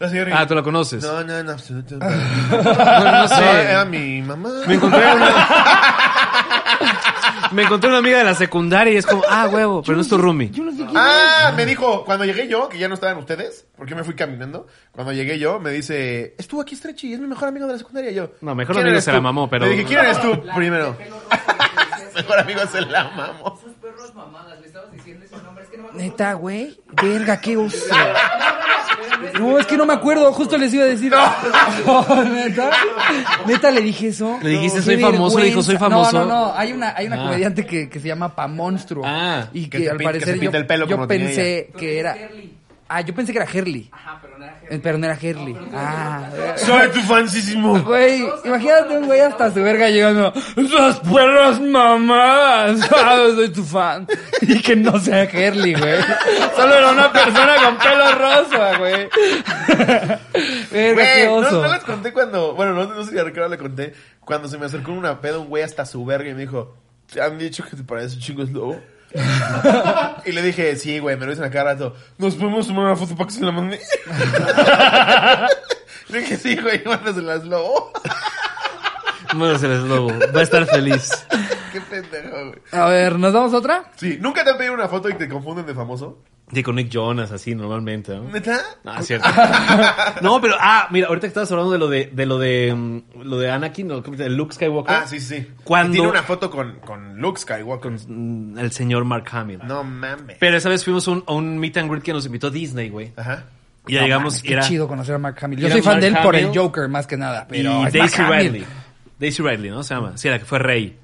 B: No, señor.
C: ¿tú la conoces?
B: No, no, en absoluto. No,
C: No, no
B: No, eh,
C: sé.
B: era mi mamá.
C: Me encontré una...
B: um,
C: me encontré una amiga de la secundaria y es como, ah, huevo, pero no es tu roomie.
E: Yo no sé quién
B: Ah, me dijo, cuando llegué yo, que ya no estaban ustedes, porque me fui caminando. Cuando llegué yo, me dice, estuvo aquí Stretchy, es mi mejor amigo de la secundaria. Y Yo,
C: No, mejor
B: "¿Quién
C: amigo
B: eres
C: se la
B: tú?".
C: mamó, pero-
B: Le dije, ¿quién eres tú primero? mejor amigo se la mamó.
F: Sus perros mamadas, le estabas diciendo ese nombre, es que no me acuerdo.
A: Neta, güey. Verga, qué oso. No, es que no me acuerdo. Justo les iba a decir. ¿Neta? ¿Neta le dije eso?
C: Le dijiste,
A: Qué
C: "Soy famoso",
A: vergüenza.
C: dijo, "Soy famoso".
A: No, no, no. Hay una, hay una
C: Ah.
A: comediante que, que se llama Pa Monstruo.
C: Ah.
A: y
B: Que
A: que,
B: se
A: al
B: pin- que se
A: parecer yo,
B: pinta el pelo
A: yo
B: como tenía
A: pensé que era...
F: Herli.
A: Ah, yo pensé que era Herley.
F: Ajá, pero no era Herli.
A: Eh, Pero no era Herley. ah,
B: Soy tu fansísimo.
A: Güey, imagínate un güey hasta su verga llegando. ¡Esas perras mamás! ¿Sabes? Soy tu fan. Y que no sea Herley, güey. Solo era una persona con pelo rosa, güey. Verga,
B: Güey,
A: qué
B: no,
A: oso.
B: no les conté cuando, bueno, no, no sé si a Ricardo le conté, cuando se me acercó una peda un güey hasta su verga y me dijo, ¿te han dicho que te pareces un chingo lobo? y le dije, sí, güey, me lo dicen a cada rato, ¿nos podemos tomar una foto para que se la mande? le dije, sí, güey, mándaselas lobo.
C: Bueno, se les lobo. Va a estar feliz.
B: Qué pendejo, güey.
A: A ver, ¿nos damos otra?
B: Sí, ¿nunca te han pedido una foto y te confunden de famoso?
C: Sí, con Nick Jonas, así normalmente, ¿no?
B: ¿Neta?
C: Ah, cierto. no, pero, ah, mira, ahorita que estabas hablando de lo de, de lo de, mm, lo de Anakin, ¿no? ¿Cómo se llama? Luke Skywalker.
B: Ah, sí, sí.
C: Cuando-
B: Tiene una foto con, con Luke Skywalker.
C: Mm, El señor Mark Hamill.
B: No mames.
C: Pero esa vez fuimos a un, a un meet and greet que nos invitó Disney, güey.
B: Ajá.
C: Y ya llegamos
A: mames,
C: y
A: qué
C: era-
A: chido conocer a Mark Hamill. Yo
C: era
A: soy fan
C: Mark
A: de él por el
C: Hamill
A: Joker, más que nada.
C: y
A: Pero es Mark
C: Daisy
A: Hamill.
C: Ridley. Daisy Ridley, ¿no? Se llama. Sí, la que fue rey.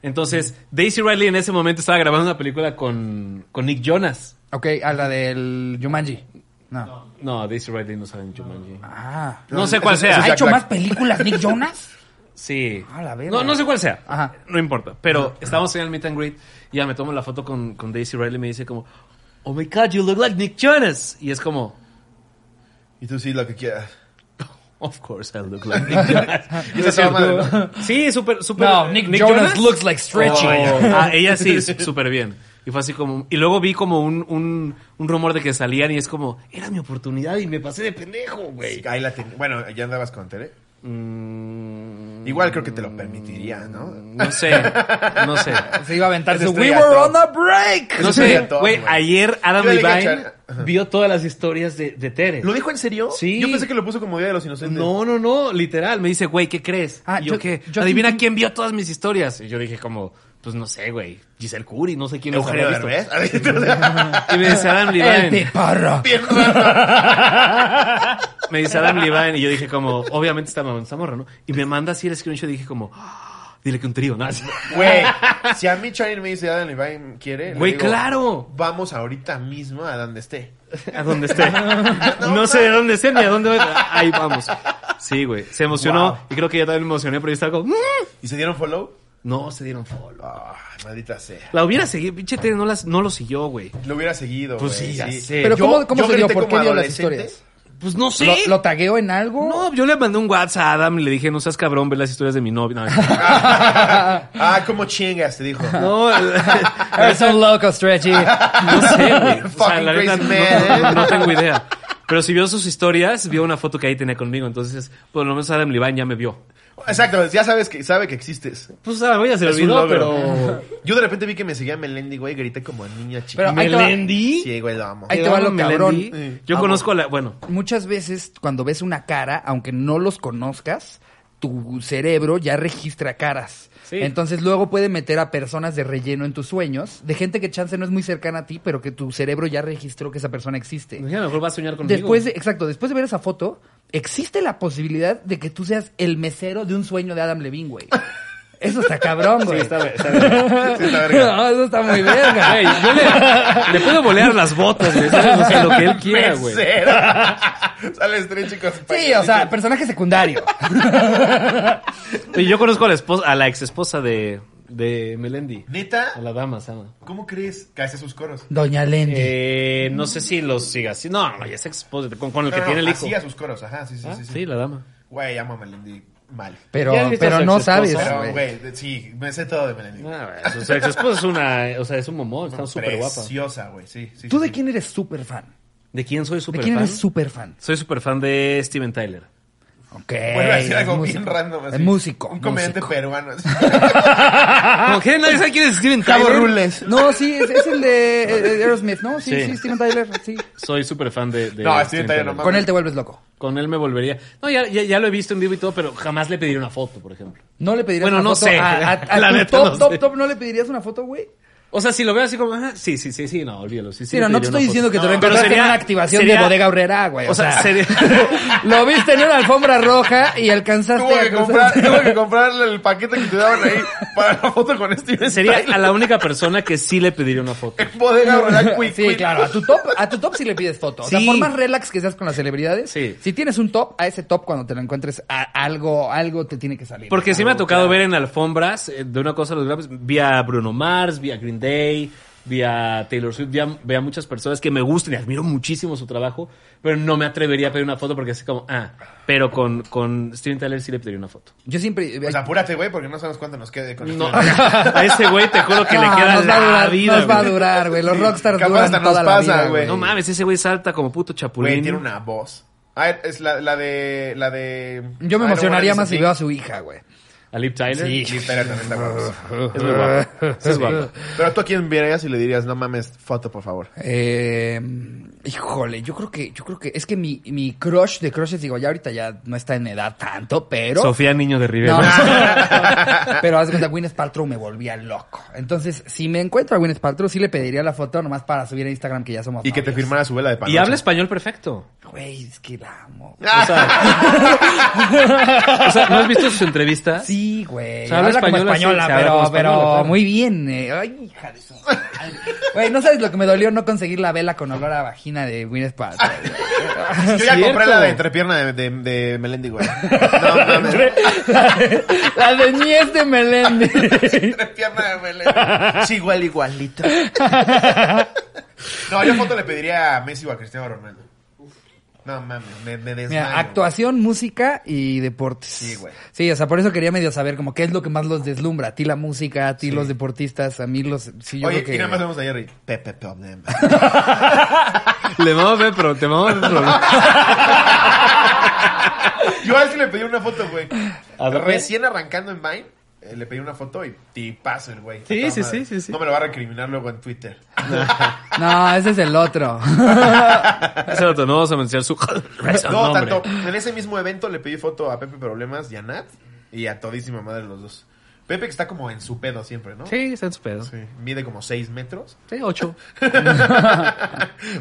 C: Entonces, Daisy Ridley en ese momento estaba grabando una película con, con Nick Jonas.
A: Ok, a la del Jumanji. No.
C: No, Daisy Ridley no sabe en Jumanji.
A: Ah.
C: No sé cuál
B: Eso- eso
C: sea.
A: ¿Ha
B: Jack
A: hecho
B: Black.
A: más películas Nick Jonas?
C: Sí.
A: A la verga.
C: no, no sé cuál sea.
A: Ajá.
C: No importa. Pero estábamos en el meet and greet. Y ya me tomo la foto con, con Daisy Riley y me dice como, Oh my God, you look like Nick Jonas. Y es como,
B: Y tú sí, lo que quieras.
C: Of course I look like Nick Jonas. Y es así,
B: Esa madre, ¿no?
C: Sí, súper, súper.
A: No, Nick, Jonas, looks like stretchy.
C: Oh, ah, ella sí, s- súper bien. Y fue así como. Y luego vi como un, un, un rumor de que salían y es como, era mi oportunidad y me pasé de pendejo, güey.
B: Ahí la ten- Bueno, ya andabas con Tere.
C: Mm,
B: Igual creo que te lo permitiría, ¿no?
C: no sé, no sé.
A: Se iba a aventar
B: Ese
A: su We
B: estrella
A: were
B: top.
A: on a break.
C: No
B: Eso
C: sé,
B: sería todo,
C: güey.
B: güey.
C: Ayer Adam
B: Yo le dije a
C: Levine
B: Char- Ajá.
C: vio todas las historias de, de Tere.
B: ¿Lo dijo en serio?
C: Sí.
B: Yo pensé que lo puso como Día de los Inocentes.
C: No, no, no, literal. Me dice, güey, ¿qué crees?
A: Ah,
C: y yo,
A: yo-
C: ¿qué?
A: yo-
C: Adivina quién vio todas mis historias. Y yo dije, como, pues no sé, güey. Giselle Curry, no sé quién los
B: Eugenio
C: habrá visto.
B: Derbez. Bien
C: Y me dice Adam
A: El
C: Levine.
A: piparra.
B: raro.
C: me dice Adam Levine. Y yo dije, como, obviamente está mamando esta morra, ¿no? Y me manda así el screenshot y dije, como, "Ah, dile que un trío, ¿no? Así.
B: Güey, si a mí Channing me dice Adam Levine quiere. le
C: Güey,
B: digo,
C: claro.
B: Vamos ahorita mismo a donde esté.
C: A donde esté. No sé de dónde esté ni a dónde voy. Ahí vamos. Sí, güey. Se emocionó.
B: Wow.
C: Y creo que yo también me emocioné, pero yo estaba como, "Mm".
B: ¿Y se dieron follow?
C: no, se dieron follow.
B: Ah, maldita sea.
C: La hubiera seguido, pinche Tere no, las, no lo siguió, güey.
B: Lo hubiera seguido.
C: Pues
B: güey,
C: sí, ya sé.
A: Pero
B: Yo-
A: ¿cómo, cómo
B: yo
A: se dio?
B: grité
A: ¿Por qué
B: como
A: dio las
B: adolescente.
A: historias?
C: Pues no sé.
A: ¿Lo, lo tagueó en algo?
C: No, yo le mandé un WhatsApp a Adam y le dije, no seas cabrón, ve las historias de mi novia. No,
B: ah, como chingas, te dijo.
C: No,
A: Eres un loco, Stretchy.
C: no sé, güey. O sea, la
B: Fucking
C: neta,
B: crazy
C: no,
B: man.
C: no tengo idea. Pero si vio sus historias, vio una foto que ahí tenía conmigo. Entonces, por lo menos Adam Levine ya me vio.
B: Exacto, ya sabes que sabe que existes.
C: Pues a la ya se le
B: Es un
C: olvidó,
B: logro.
C: pero...
B: Yo de repente vi que me seguía Melendi, güey, grité como niña chica.
A: Pero ahí te va-
C: ¿Melendi?
B: Sí, güey, lo amo.
A: Ahí te va lo
C: Adam
A: cabrón.
C: Melendi. Yo conozco a la... Bueno,
A: Muchas veces, cuando ves una cara, aunque no los conozcas, tu cerebro ya registra caras.
C: Sí.
A: Entonces luego puede meter a personas de relleno en tus sueños, de gente que chance no es muy cercana a ti, pero que tu cerebro ya registró que esa persona existe.
C: dije, a lo mejor va a soñar conmigo.
A: Después de, exacto, después de ver esa foto, existe la posibilidad de que tú seas el mesero de un sueño de Adam Levine, güey. Eso está cabrón, güey.
B: Sí, está verga.
A: No, eso está muy verga.
C: Güey, yo le, le puedo bolear las botas, güey. ¿sabes? O sea, lo que él quiera, güey.
B: Mesera. Sale este estrella, chicos.
A: Sí, o sea, personaje secundario.
C: Y yo conozco a la esposa, a la ex esposa de, de Melendi.
B: ¿Neta?
C: A la dama, Sama.
B: ¿Cómo crees que hace sus coros?
A: Doña Lendi.
C: Eh, no sé si los siga así. No, no, ya es ex esposa, con, con el que
B: No, no,
C: tiene el hijo.
B: Así a sus coros, ajá, sí, sí,
C: Ah,
B: sí. sí.
C: sí, la dama.
B: Güey, amo a Melendi mal.
A: pero
C: ya viste a
A: pero
C: su
A: no
C: ex esposa.
A: sabes,
B: Pero,
A: güey.
B: güey, de- sí, me sé todo de Melendi.
C: o sea, ex esposa es una, o sea, es un momón, está Ah, súper guapa.
B: Preciosa, güey, sí, sí.
A: ¿Tú
B: sí,
A: de
B: sí.
A: quién eres súper fan?
C: ¿De quién soy
A: ¿De
C: súper
A: quién
C: fan?
A: eres súper fan?
C: Soy súper fan de Steven Tyler.
A: Ok.
B: Vuelve a decir
A: es
B: algo
A: músico.
B: bien random. así.
A: Es músico.
B: Un comediante
A: músico.
B: peruano. así.
G: Como que nadie sabe quién escribe en
B: Cabo
G: Tidal.
B: Rules.
A: No, sí, es, es el de eh, eh, Aerosmith, ¿no? Sí,
C: Sí.
A: sí, Steven Tyler, sí.
C: Soy súper fan de, de
B: No, Steven
C: Steven
B: Tyler,
C: Tyler.
B: no mames.
A: Con él te vuelves loco.
C: Con él me volvería. No, ya, ya, ya lo he visto en vivo y todo, pero jamás le pediría una foto, por ejemplo.
A: No le pedirías
C: Bueno,
A: una
C: no
A: foto
C: sé.
A: a, a- a
C: La
A: tu
C: neta,
A: top,
C: no
A: top,
C: sé.
A: top, ¿no le pedirías una foto, güey?
C: O sea, si lo veo así como, ah, sí, sí, sí, sí, no, olvídalo. Sí, sí,
A: Sí, no,
C: le
A: no te
C: pediría
A: estoy
C: una
A: diciendo que te
C: foto.
A: lo
C: No, pero
A: encontraste en
C: sería-
A: una activación
C: sería-
A: de bodega obrera, güey. O,
C: O sea,
A: sea,
C: sería-
A: lo viste en una alfombra roja y alcanzaste
B: Tuvo que,
A: a cruzar-
B: comprar, tuvo que comprarle el paquete que te daban ahí para la foto con Steven
C: sería
B: Tyler.
C: a la única persona que sí le pediría una foto.
B: En bodega, ¿verdad? Quick,
A: Sí,
B: quick.
A: claro, a tu top, a tu top sí le pides foto. O sea,
C: Sí.
A: por más relax que seas con las celebridades,
C: Sí.
A: si tienes un top, a ese top cuando te lo encuentres, a- algo, algo te tiene que salir.
C: Porque sí me ha
A: Algo,
C: tocado
A: claro.
C: ver en alfombras, eh, de una cosa a los Grammys, vi a Bruno Mars, vi a Green Day, vi a Taylor Swift, vi a, vi a muchas personas que me gustan y admiro muchísimo su trabajo, pero no me atrevería a pedir una foto porque así como, ah, pero con, con Steven Tyler sí le pediría una foto.
A: Yo siempre... eh,
B: Pues apúrate, güey, porque no sabemos cuánto nos quede con este
C: No,
B: Steven Tyler.
C: a ese güey te juro que le
A: Ah,
C: queda
A: nos va
C: la
A: a durar,
C: vida.
A: Nos va a
C: güey.
A: durar, güey. Los rockstars
B: Capaz
A: duran
B: hasta nos
A: toda la
B: pasa,
A: vida,
B: güey.
A: güey.
C: No mames, ese güey salta como puto chapulín.
B: Güey, tiene una voz. Ah, es la, la de... La de... Ah,
A: Yo me
B: I don't
A: emocionaría
B: wanna
A: más
B: miss a
A: si veo a su hija, güey.
C: A Liv Tyler.
A: Sí.
B: thing. Sí, pero también está guapo.
C: Es muy guapo. Sí, es guapo.
B: Pero tú a quién verías y le dirías, no mames, foto, por favor.
A: Eh, híjole, yo creo que, yo creo que, es que mi, mi crush de crushes, digo, ya ahorita ya no está en edad tanto, pero.
C: Sofía Niño de Rivera.
A: No. pero haz de cuenta, Gwyneth Paltrow me volvía loco. Entonces, si me encuentro a Gwyneth Paltrow, sí le pediría la foto nomás para subir a Instagram que ya somos
B: Y que te
A: novios.
B: firmara su vela de pan.
C: Y habla español perfecto.
A: Güey, es que la amo.
C: O sea, o sea, ¿no has visto sus entrevistas?
A: Sí, güey.
C: O sea, habla
A: habla como
C: español así,
A: española,
C: se habla
A: pero,
C: como española,
A: pero
C: claro.
A: muy bien. eh. Ay, hija de su... Ay, Güey, no sabes lo que me dolió no conseguir la vela con olor a vagina de Gwyneth Paltrow.
B: Yo ya
C: pues, Cierto.
B: compré la de entrepierna de, de, de Melendi, güey. No mames.
A: la, la de Nies de Melendi.
B: Entrepierna de Melendi. Sí, igual, igualito. No, yo foto le pediría a Messi o a Cristiano Ronaldo. No mames, me, me desmayo.
A: Mira, actuación, música y deportes.
B: Sí, güey.
A: Sí, o sea, por eso quería medio saber como qué es lo que más los deslumbra. A ti la música, a ti los deportistas, a mí los... Sí, yo
B: Oye,
A: creo que...
B: y nada más vemos a Jerry. Pepe Problem.
C: Le vamos a ver, pero te vamos a ver.
B: Yo a él sí le pedí una foto, güey.
C: ¿A Pepe?
B: Recién arrancando en Vine, eh, le pedí una foto y tipazo el güey.
C: Sí,
B: Puta
C: sí,
B: madre.
C: sí, sí, sí.
B: No me lo va a recriminar luego en Twitter.
A: No, ese es el otro.
C: Ese rato no vamos a mencionar su.
B: No,
C: nombre.
B: tanto. En ese mismo evento le pedí foto a Pepe Problemas y a Nat y a todísima madre los dos. Pepe que está como en su pedo siempre, ¿no?
C: Sí, está en su pedo.
B: Sí. Mide como 6 metros.
C: Sí, ocho.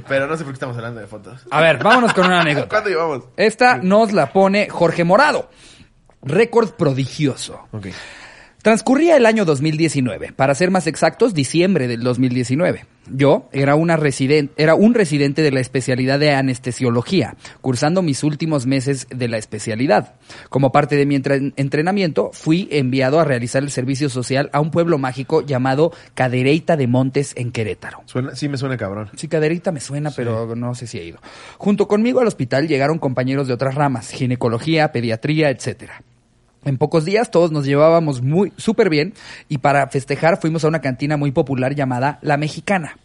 B: Pero no sé por qué estamos hablando de fotos.
A: A ver, vámonos con una anécdota.
B: ¿Cuánto llevamos?
A: Esta nos la pone Jorge Morado. Récord prodigioso.
B: Ok.
A: Transcurría el año 2019, para ser más exactos, diciembre del 2019. Yo era, una residen- era un residente de la especialidad de anestesiología, cursando mis últimos meses de la especialidad. Como parte de mi entren- entrenamiento, fui enviado a realizar el servicio social a un pueblo mágico llamado Cadereyta de Montes en Querétaro.
B: Suena, sí me suena cabrón.
A: Sí, caderita me suena, pero no sé si he ido. Junto conmigo al hospital llegaron compañeros de otras ramas, ginecología, pediatría, etcétera. En pocos días todos nos llevábamos muy súper bien y para festejar fuimos a una cantina muy popular llamada La Mexicana.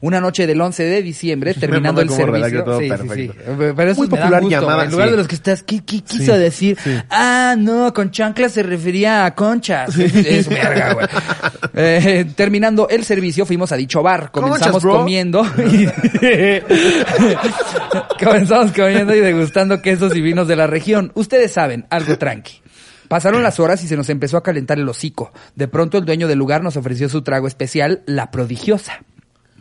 A: Una noche del 11 de diciembre, terminando
B: mama
A: el
B: cómo redacta
A: servicio.
B: todo
A: sí, sí,
B: perfecto.
A: sí. Pero eso
B: Muy
A: me da
B: popular
A: gusto,
B: llamada,
A: En lugar
B: sí.
A: de los que estás, ¿qué, qué quiso decir? Ah, no, con chancla se refería a conchas. Es verga, güey. Eh, terminando el servicio, fuimos a dicho bar. Comenzamos
B: Conchas, bro.
A: comiendo. y- Comenzamos comiendo y degustando quesos y vinos de la región. Ustedes saben, algo tranqui. Pasaron las horas y se nos empezó a calentar el hocico. De pronto el dueño del lugar nos ofreció su trago especial, la prodigiosa,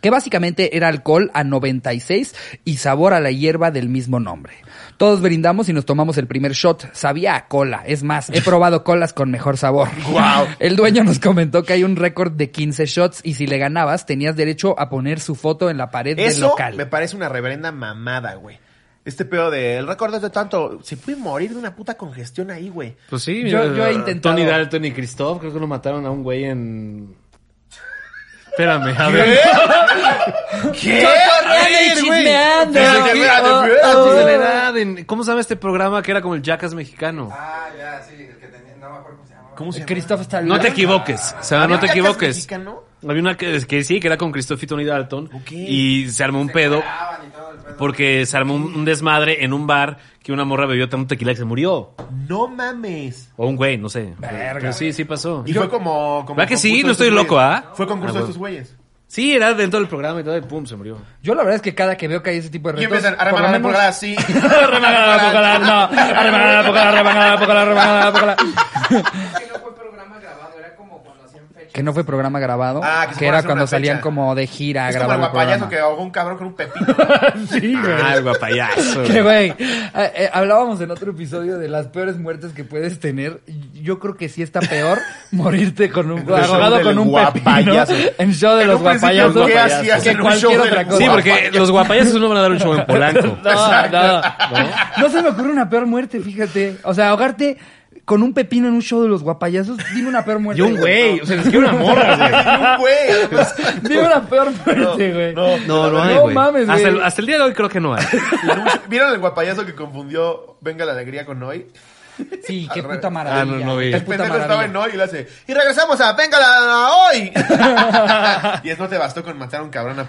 A: que básicamente era alcohol a 96 y sabor a la hierba del mismo nombre. Todos brindamos y nos tomamos el primer shot. Sabía a cola. Es más, he probado colas con mejor sabor.
B: Guau.
A: El dueño nos comentó que hay un récord de 15 shots y si le ganabas tenías derecho a poner su foto en la pared del
B: Eso
A: local.
B: me parece una reverenda mamada, güey. Este pedo de el récord es de tanto. Se puede morir de una puta congestión ahí, güey.
C: Pues sí,
A: Yo-
C: mira,
A: yo he intentado.
C: Tony Dalton y Christoph, creo que lo mataron a un güey en. Espérame, a ver.
B: ¿Qué?
A: Cotorreando y chismeando.
C: Desde
B: Aquí,
C: que-
B: oh,
C: antes
B: oh.
C: de la edad, en- ¿Cómo se llama este programa que era como el Jackass mexicano?
H: Ah, ya, sí, el que tenía, no me acuerdo cómo se llamaba.
B: ¿Cómo se llama?
A: Christoph está
C: No te equivoques, o sea, no
I: Ah,
B: ¿Había
C: te
B: un Jackass
C: equivoques.
B: mexicano?
I: Había una que, que sí, que era con Christopher y Tony Dalton.
C: Ok.
I: Y se armó un pedo.
J: Graban y todo el pedo.
I: Porque se armó un, un desmadre en un bar que una morra bebió tanto tequila que se murió.
B: No mames.
I: O un güey, no sé.
A: Verga,
I: Pero sí, sí pasó.
B: Y fue como. como
I: ¿Verdad que sí?
B: concurso
I: No
B: de
I: estoy
B: estos
I: loco,
B: güeyes.
I: ¿ah?
B: Fue concurso
I: Ah,
B: de estos güeyes.
I: Sí, era dentro del programa y todo, y pum, se murió.
A: Yo la verdad es que cada que veo que hay ese tipo de
B: Y
A: retos...
B: empiezan a
A: por lo
B: remangar la
A: menos-
B: pulgada así.
I: Remangada, apocalá, no. Remangada, apocalá, remangada, apocalá, remangada, apocalá.
K: que no fue programa grabado, era como cuando hacían fecha.
A: Que no fue programa grabado,
B: Ah, que
A: que,
B: se puede
A: era
B: hacer
A: cuando
B: una
A: salían
B: fecha.
A: como de gira a
B: Es como
A: grabar
B: el
A: el
B: guapayazo
A: programa.
B: que ahogó un cabrón con un pepino.
A: Sí, güey.
I: Ah, el guapayazo.
A: Que, güey, eh, eh, hablábamos en otro episodio de las peores muertes que puedes tener. Yo creo que sí está peor morirte con un
B: el show
A: ahogado
B: del
A: con un pepino
B: guapayazo.
A: en show de
B: En
A: los
B: un principio,
A: guapayazos
B: ¿qué hacías
A: que
B: en un
A: cualquier
B: show del
A: otra cosa.
I: Sí, porque los guapayazos no van a dar un show en Polanco.
A: No, no, no se me ocurre una peor muerte, fíjate. O sea, ahogarte con un pepino en un show de los guapayazos, dime una peor muerte.
I: Y un güey, o sea, es que una morra, güey.
B: Un güey. además.
A: Dime una peor muerte, güey.
B: No,
I: No, no hay,
A: No
I: güey.
A: mames,
I: hasta,
A: güey.
I: el, hasta el día de hoy creo que no hay.
B: ¿Vieron el guapayazo que confundió Venga la Alegría con Hoy?
A: Sí, qué puta
I: Ah,
A: maravilla.
I: no, no vi.
A: qué
B: El
A: puta
B: pendejo estaba
A: maravilla.
B: en Hoy y le hace, y regresamos a Venga la, la Hoy. y es no te bastó con matar a un cabrón a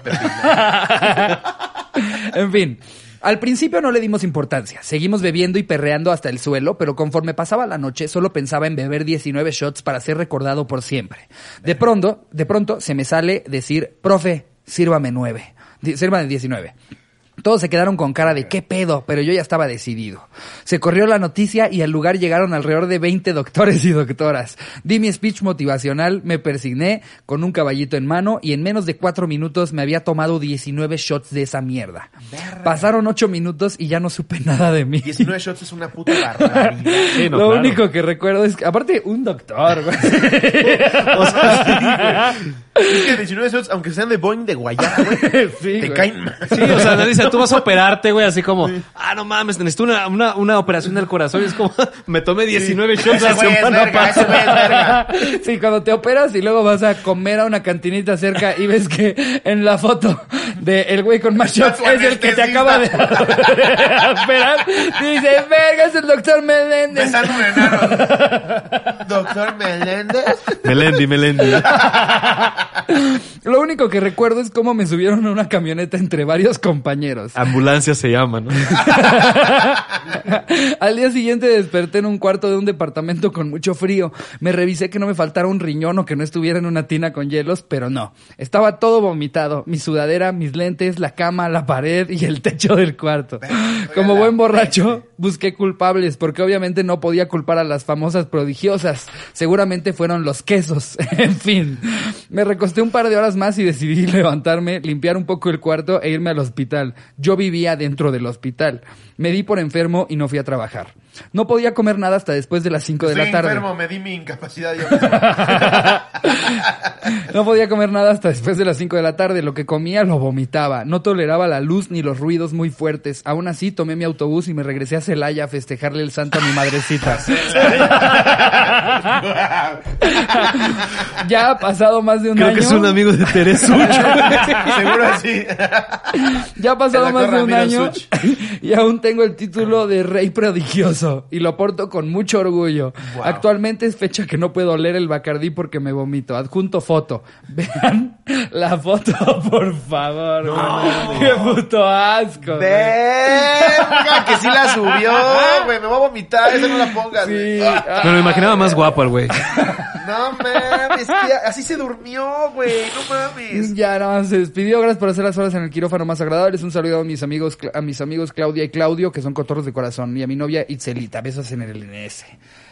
B: pepino.
A: En fin. Al principio no le dimos importancia. Seguimos bebiendo y perreando hasta el suelo, pero conforme pasaba la noche solo pensaba en beber 19 shots para ser recordado por siempre. De pronto, de pronto se me sale decir, profe, sírvame 9. Sírvame 19. Todos se quedaron con cara de qué pedo, pero yo ya estaba decidido. Se corrió la noticia y al lugar llegaron alrededor de 20 doctores y doctoras. Di mi speech motivacional, me persigné con un caballito en mano y en menos de cuatro minutos me había tomado 19 shots de esa mierda. Pasaron ocho minutos y ya no supe nada de mí.
B: 19 shots es una puta barbaridad.
I: Sí, no,
A: Lo
I: claro.
A: único que recuerdo es que, aparte, un doctor, güey.
B: O sea, sí, güey. Es que 19 shots, aunque sean de Boeing de Guayana, güey,
A: Sí,
B: te
A: güey.
B: caen más.
I: Sí, o sea, analiza, tú vas a operarte, güey, así como, ah, no mames, necesito una, una, una operación del corazón. Y es como, me tomé 19 shots
B: Ese
I: la
B: güey es
I: semana
B: verga, ese güey es
I: pasada.
B: verga.
A: Sí, cuando te operas y luego vas a comer a una cantinita cerca y ves que en la foto de el güey con más shots
B: Tu
A: es el que te
B: anestesista.
A: acaba de operar. Y dices, verga, es el doctor Meléndez.
B: Besando un enano. Doctor Meléndez.
I: Melendi, Melendi.
A: Lo único que recuerdo es cómo me subieron a una camioneta entre varios compañeros.
I: Ambulancia se llama, ¿no?
A: Al día siguiente desperté en un cuarto de un departamento con mucho frío. Me revisé que no me faltara un riñón o que no estuviera en una tina con hielos, pero no. Estaba todo vomitado. Mi sudadera, mis lentes, la cama, la pared y el techo del cuarto. Como buen borracho, busqué culpables, porque obviamente no podía culpar a las famosas prodigiosas. Seguramente fueron los quesos. en fin. Me recosté un par de horas más y decidí levantarme, limpiar un poco el cuarto e irme al hospital. Yo vivía dentro del hospital. Me di por enfermo y no fui a trabajar. No podía comer nada hasta después de las 5 de
B: Estoy
A: la tarde.
B: enfermo, me di mi incapacidad. yo mismo.
A: No podía comer nada hasta después de las 5 de la tarde. Lo que comía lo vomitaba. No toleraba la luz ni los ruidos muy fuertes. Aún así, tomé mi autobús y me regresé a Celaya a festejarle el santo a mi madrecita. ya ha pasado más de un
I: Creo
A: año.
I: que es un amigo de Teresucho.
B: Seguro así.
A: Ya ha pasado
B: Te la
A: más
B: corre
A: de un
B: Ramiro
A: año y aún tengo el título de rey prodigioso y lo porto con mucho orgullo. Actualmente es fecha que no puedo leer el Bacardí porque me vomito. Adjunto foto. Vean la foto, por favor. güey. Qué puto asco. güey.
B: Verga, que sí la subió, güey. Me voy a vomitar, esa no la pongas, güey.
A: Sí.
B: Ah,
I: Me lo imaginaba más guapo al güey.
B: No mames, tía, así se durmió, güey. No mames.
A: Mm, Ya nada más se despidió. Gracias por hacer las horas en el quirófano más agradables. Un saludo a mis amigos, a mis amigos Claudia y Claudio, que son cotorros de corazón, y a mi novia Itzelita. Besos en el NS.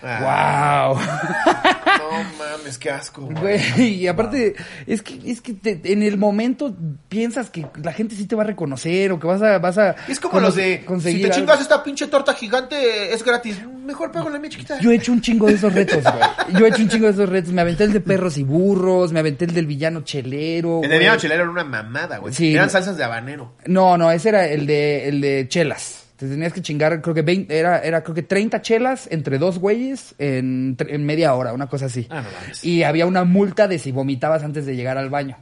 B: Ah.
A: Wow.
B: No mames, qué asco, güey.
A: Güey, y aparte, es que, es que te- en el momento piensas que la gente sí te va a reconocer o que vas a, vas a.
B: Es como
A: cono-
B: los de. Si
A: conseguir
B: te
A: algo.
B: chingas esta pinche torta gigante, es gratis. Mejor pago la mía chiquita.
A: Yo he hecho un chingo de esos retos, güey. Yo he hecho un chingo de esos retos. Me aventé el de perros y burros, me aventé el del villano chelero.
B: El
A: güey.
B: de vino chileno era una mamada, güey.
A: Sí.
B: Eran salsas de habanero.
A: No, no, ese era el de, el de chelas. Te tenías que chingar, creo que 20, era, era creo que 30 chelas entre dos güeyes en, tre- en media hora, una cosa así.
I: Ah, no mames.
A: y había una multa de si vomitabas antes de llegar al baño.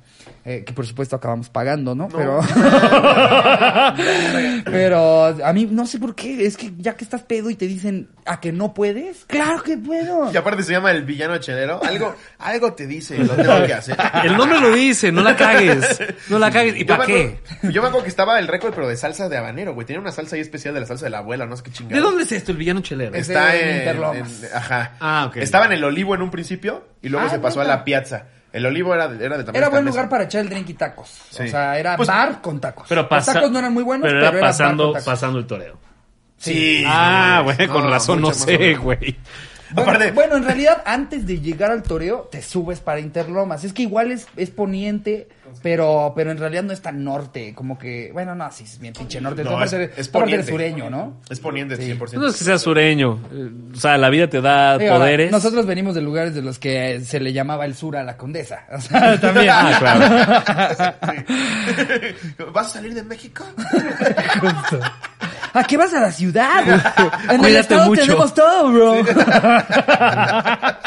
A: eh, que por supuesto acabamos pagando, ¿no? Pero. Pero a mí no sé por qué. Es que ya que estás pedo y te dicen a que no puedes, claro que puedo.
B: Y aparte se llama el villano chelero. Algo, algo te dice, lo tengo que hacer.
C: El nombre lo dice, no la cagues. No la cagues. ¿Y
B: Yo
C: para
B: me
C: qué?
B: acuerdo- yo me acuerdo que estaba el récord, pero de salsa de habanero, güey. Tenía una salsa ahí especial de la salsa de la abuela, no sé qué chingada.
C: ¿De dónde es esto, el villano chelero?
A: Es-
B: Está
A: Ese
B: en,
A: en Interlomas.
B: en- Ajá.
C: Ah, ok.
B: Estaba en el olivo en un principio y luego
A: Ah,
B: se pasó
A: neta.
B: a la piazza. El olivo era, de- era de tamaño
A: Era buen
B: esta
A: lugar
B: mesa.
A: para echar el drink y tacos. O
B: Sí.
A: sea, era
B: Pues-
A: bar con tacos.
C: Pero pasa-
A: Los tacos no eran muy buenos,
C: pero
A: pero,
C: era
A: era
C: pasando,
A: bar con tacos.
C: pasando el toreo.
B: Sí.
C: Ah, güey, con
B: No,
C: razón no
B: mucho más o
C: sé,
B: menos.
C: güey.
A: Bueno,
B: Aparte-
A: bueno, en realidad, antes de llegar al toreo, te subes para Interlomas. Es que igual es, es poniente, pero, pero en realidad no es tan norte. Como que, bueno, no, sí, es bien pinche norte.
B: No,
A: Tú aparte
B: es-
A: eres-
B: es
A: tú aparte eres
B: poniente.
A: sureño, ¿no?
B: Es poniente, 100%.
C: No es que sea sureño. eh, O sea, la vida te da
A: Digo,
C: poderes.
A: Nosotros venimos de lugares de los que eh, se le llamaba el sur a la condesa. O sea, también.
C: Ah, claro.
B: ¿Vas a salir de México?
A: ¿A qué vas a la ciudad? en el
C: Cuídate
A: estado
C: mucho.
A: tenemos todo, bro.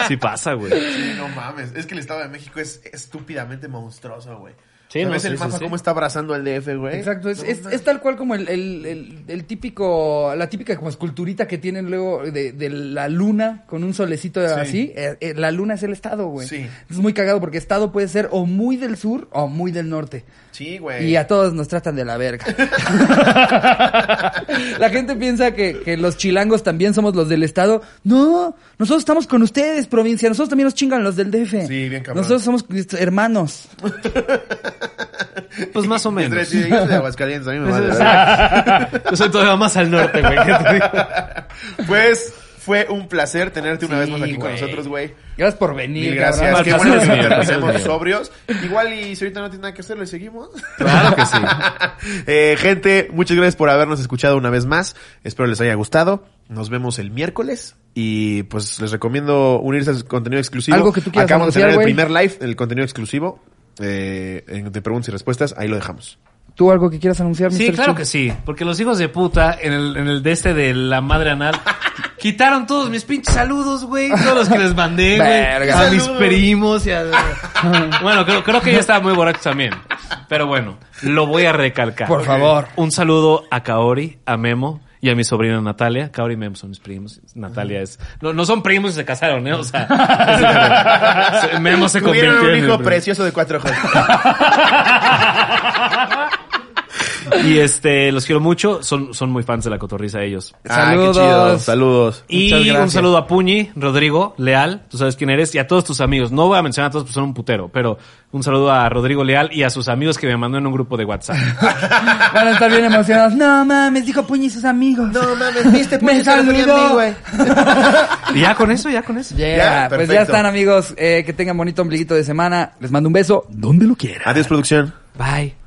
C: Sí pasa, güey.
B: Sí, no mames. Es que el Estado de México es estúpidamente monstruoso, güey.
C: Sí,
B: ¿No
C: no,
B: ¿Ves
C: sí,
B: el
C: sí,
B: mapa
C: sí.
B: cómo está abrazando al DF, güey?
A: Exacto, es,
B: ¿Eh? No
A: es,
B: mames.
A: es tal cual como el, el- el- el típico, la típica como esculturita que tienen luego de, de la luna con un solecito así. eh, eh, la luna es el estado, güey.
B: Sí.
A: Es muy cagado porque estado puede ser o muy del sur o muy del norte.
B: Sí, güey.
A: Y a todos nos tratan de la verga. la gente piensa que, que los chilangos también somos los del estado. No, nosotros estamos con ustedes, provincia. Nosotros también nos chingan los del DF.
B: Sí, bien cabrón.
A: Nosotros somos hermanos.
C: Pues más o
B: Entre-
C: menos. Pues,
B: sí, yo soy de Aguascalientes, a mí me vale, ¿verdad?
C: Yo soy todavía más al norte, güey. ¿qué te digo?
B: Pues fue un placer tenerte una
A: Sí,
B: vez más aquí con
A: güey.
B: nosotros, güey.
A: Gracias por venir.
B: Mil gracias.
A: cabrón.
B: Qué
C: Gracias,
B: bueno que
C: señor.
B: terminamos
C: Gracias,
B: sobrios. Igual y si ahorita no tiene nada que hacer, lo seguimos.
C: Claro que sí.
B: Eh, gente, muchas gracias por habernos escuchado una vez más. Espero les haya gustado. Nos vemos el miércoles. Y pues les recomiendo unirse al contenido exclusivo.
A: Algo que tú quieras
B: Acabamos de
A: anunciar,
B: tener el
A: güey.
B: primer live, el contenido exclusivo. eh, en- de preguntas y respuestas, ahí lo dejamos.
A: ¿Tú algo que quieras anunciar,
C: Sí,
A: Mr.
C: claro
A: Chu?
C: que sí. Porque los hijos de puta en el, en el de este de la madre anal quitaron todos mis pinches saludos, güey. Todos los que les mandé, güey.
A: Verga.
C: A mis
B: Saludos.
C: primos y a... Bueno, creo, creo que yo estaba muy borracho también. Pero bueno, lo voy a recalcar.
A: Por favor.
C: Un saludo a Kaori, a Memo y a mi sobrina Natalia. Kaori y Memo son mis primos. Natalia es... No, no son primos y se casaron, ¿eh? O sea... se- Memo se
B: Tuvieron
C: convirtió
B: un
C: en
B: hijo
C: el- Ah,
B: precioso de cuatro ojos.
C: Y este, los quiero mucho. Son, son muy fans de la cotorriza ellos.
A: Saludos.
B: Saludos.
A: Muchas
C: Y un
A: gracias.
C: saludo a Puñi, Rodrigo, Leal, tú sabes quién eres, y a todos tus amigos. No voy a mencionar a todos porque son un putero, pero un saludo a Rodrigo Leal y a sus amigos que me mandó en un grupo de WhatsApp.
A: Van a estar bien emocionados. No mames, dijo Puñi y sus amigos.
B: No mames, viste,
A: Me
B: Puñi se lo ponía a mí,
A: saludó.
B: güey.
C: y ya con eso, ya con eso.
A: Yeah,
B: Ya,
A: pues ya
B: perfecto.
A: están, amigos. Eh, que tengan bonito ombliguito de semana. Les mando un beso donde lo quieran.
B: Adiós, producción.
C: Bye.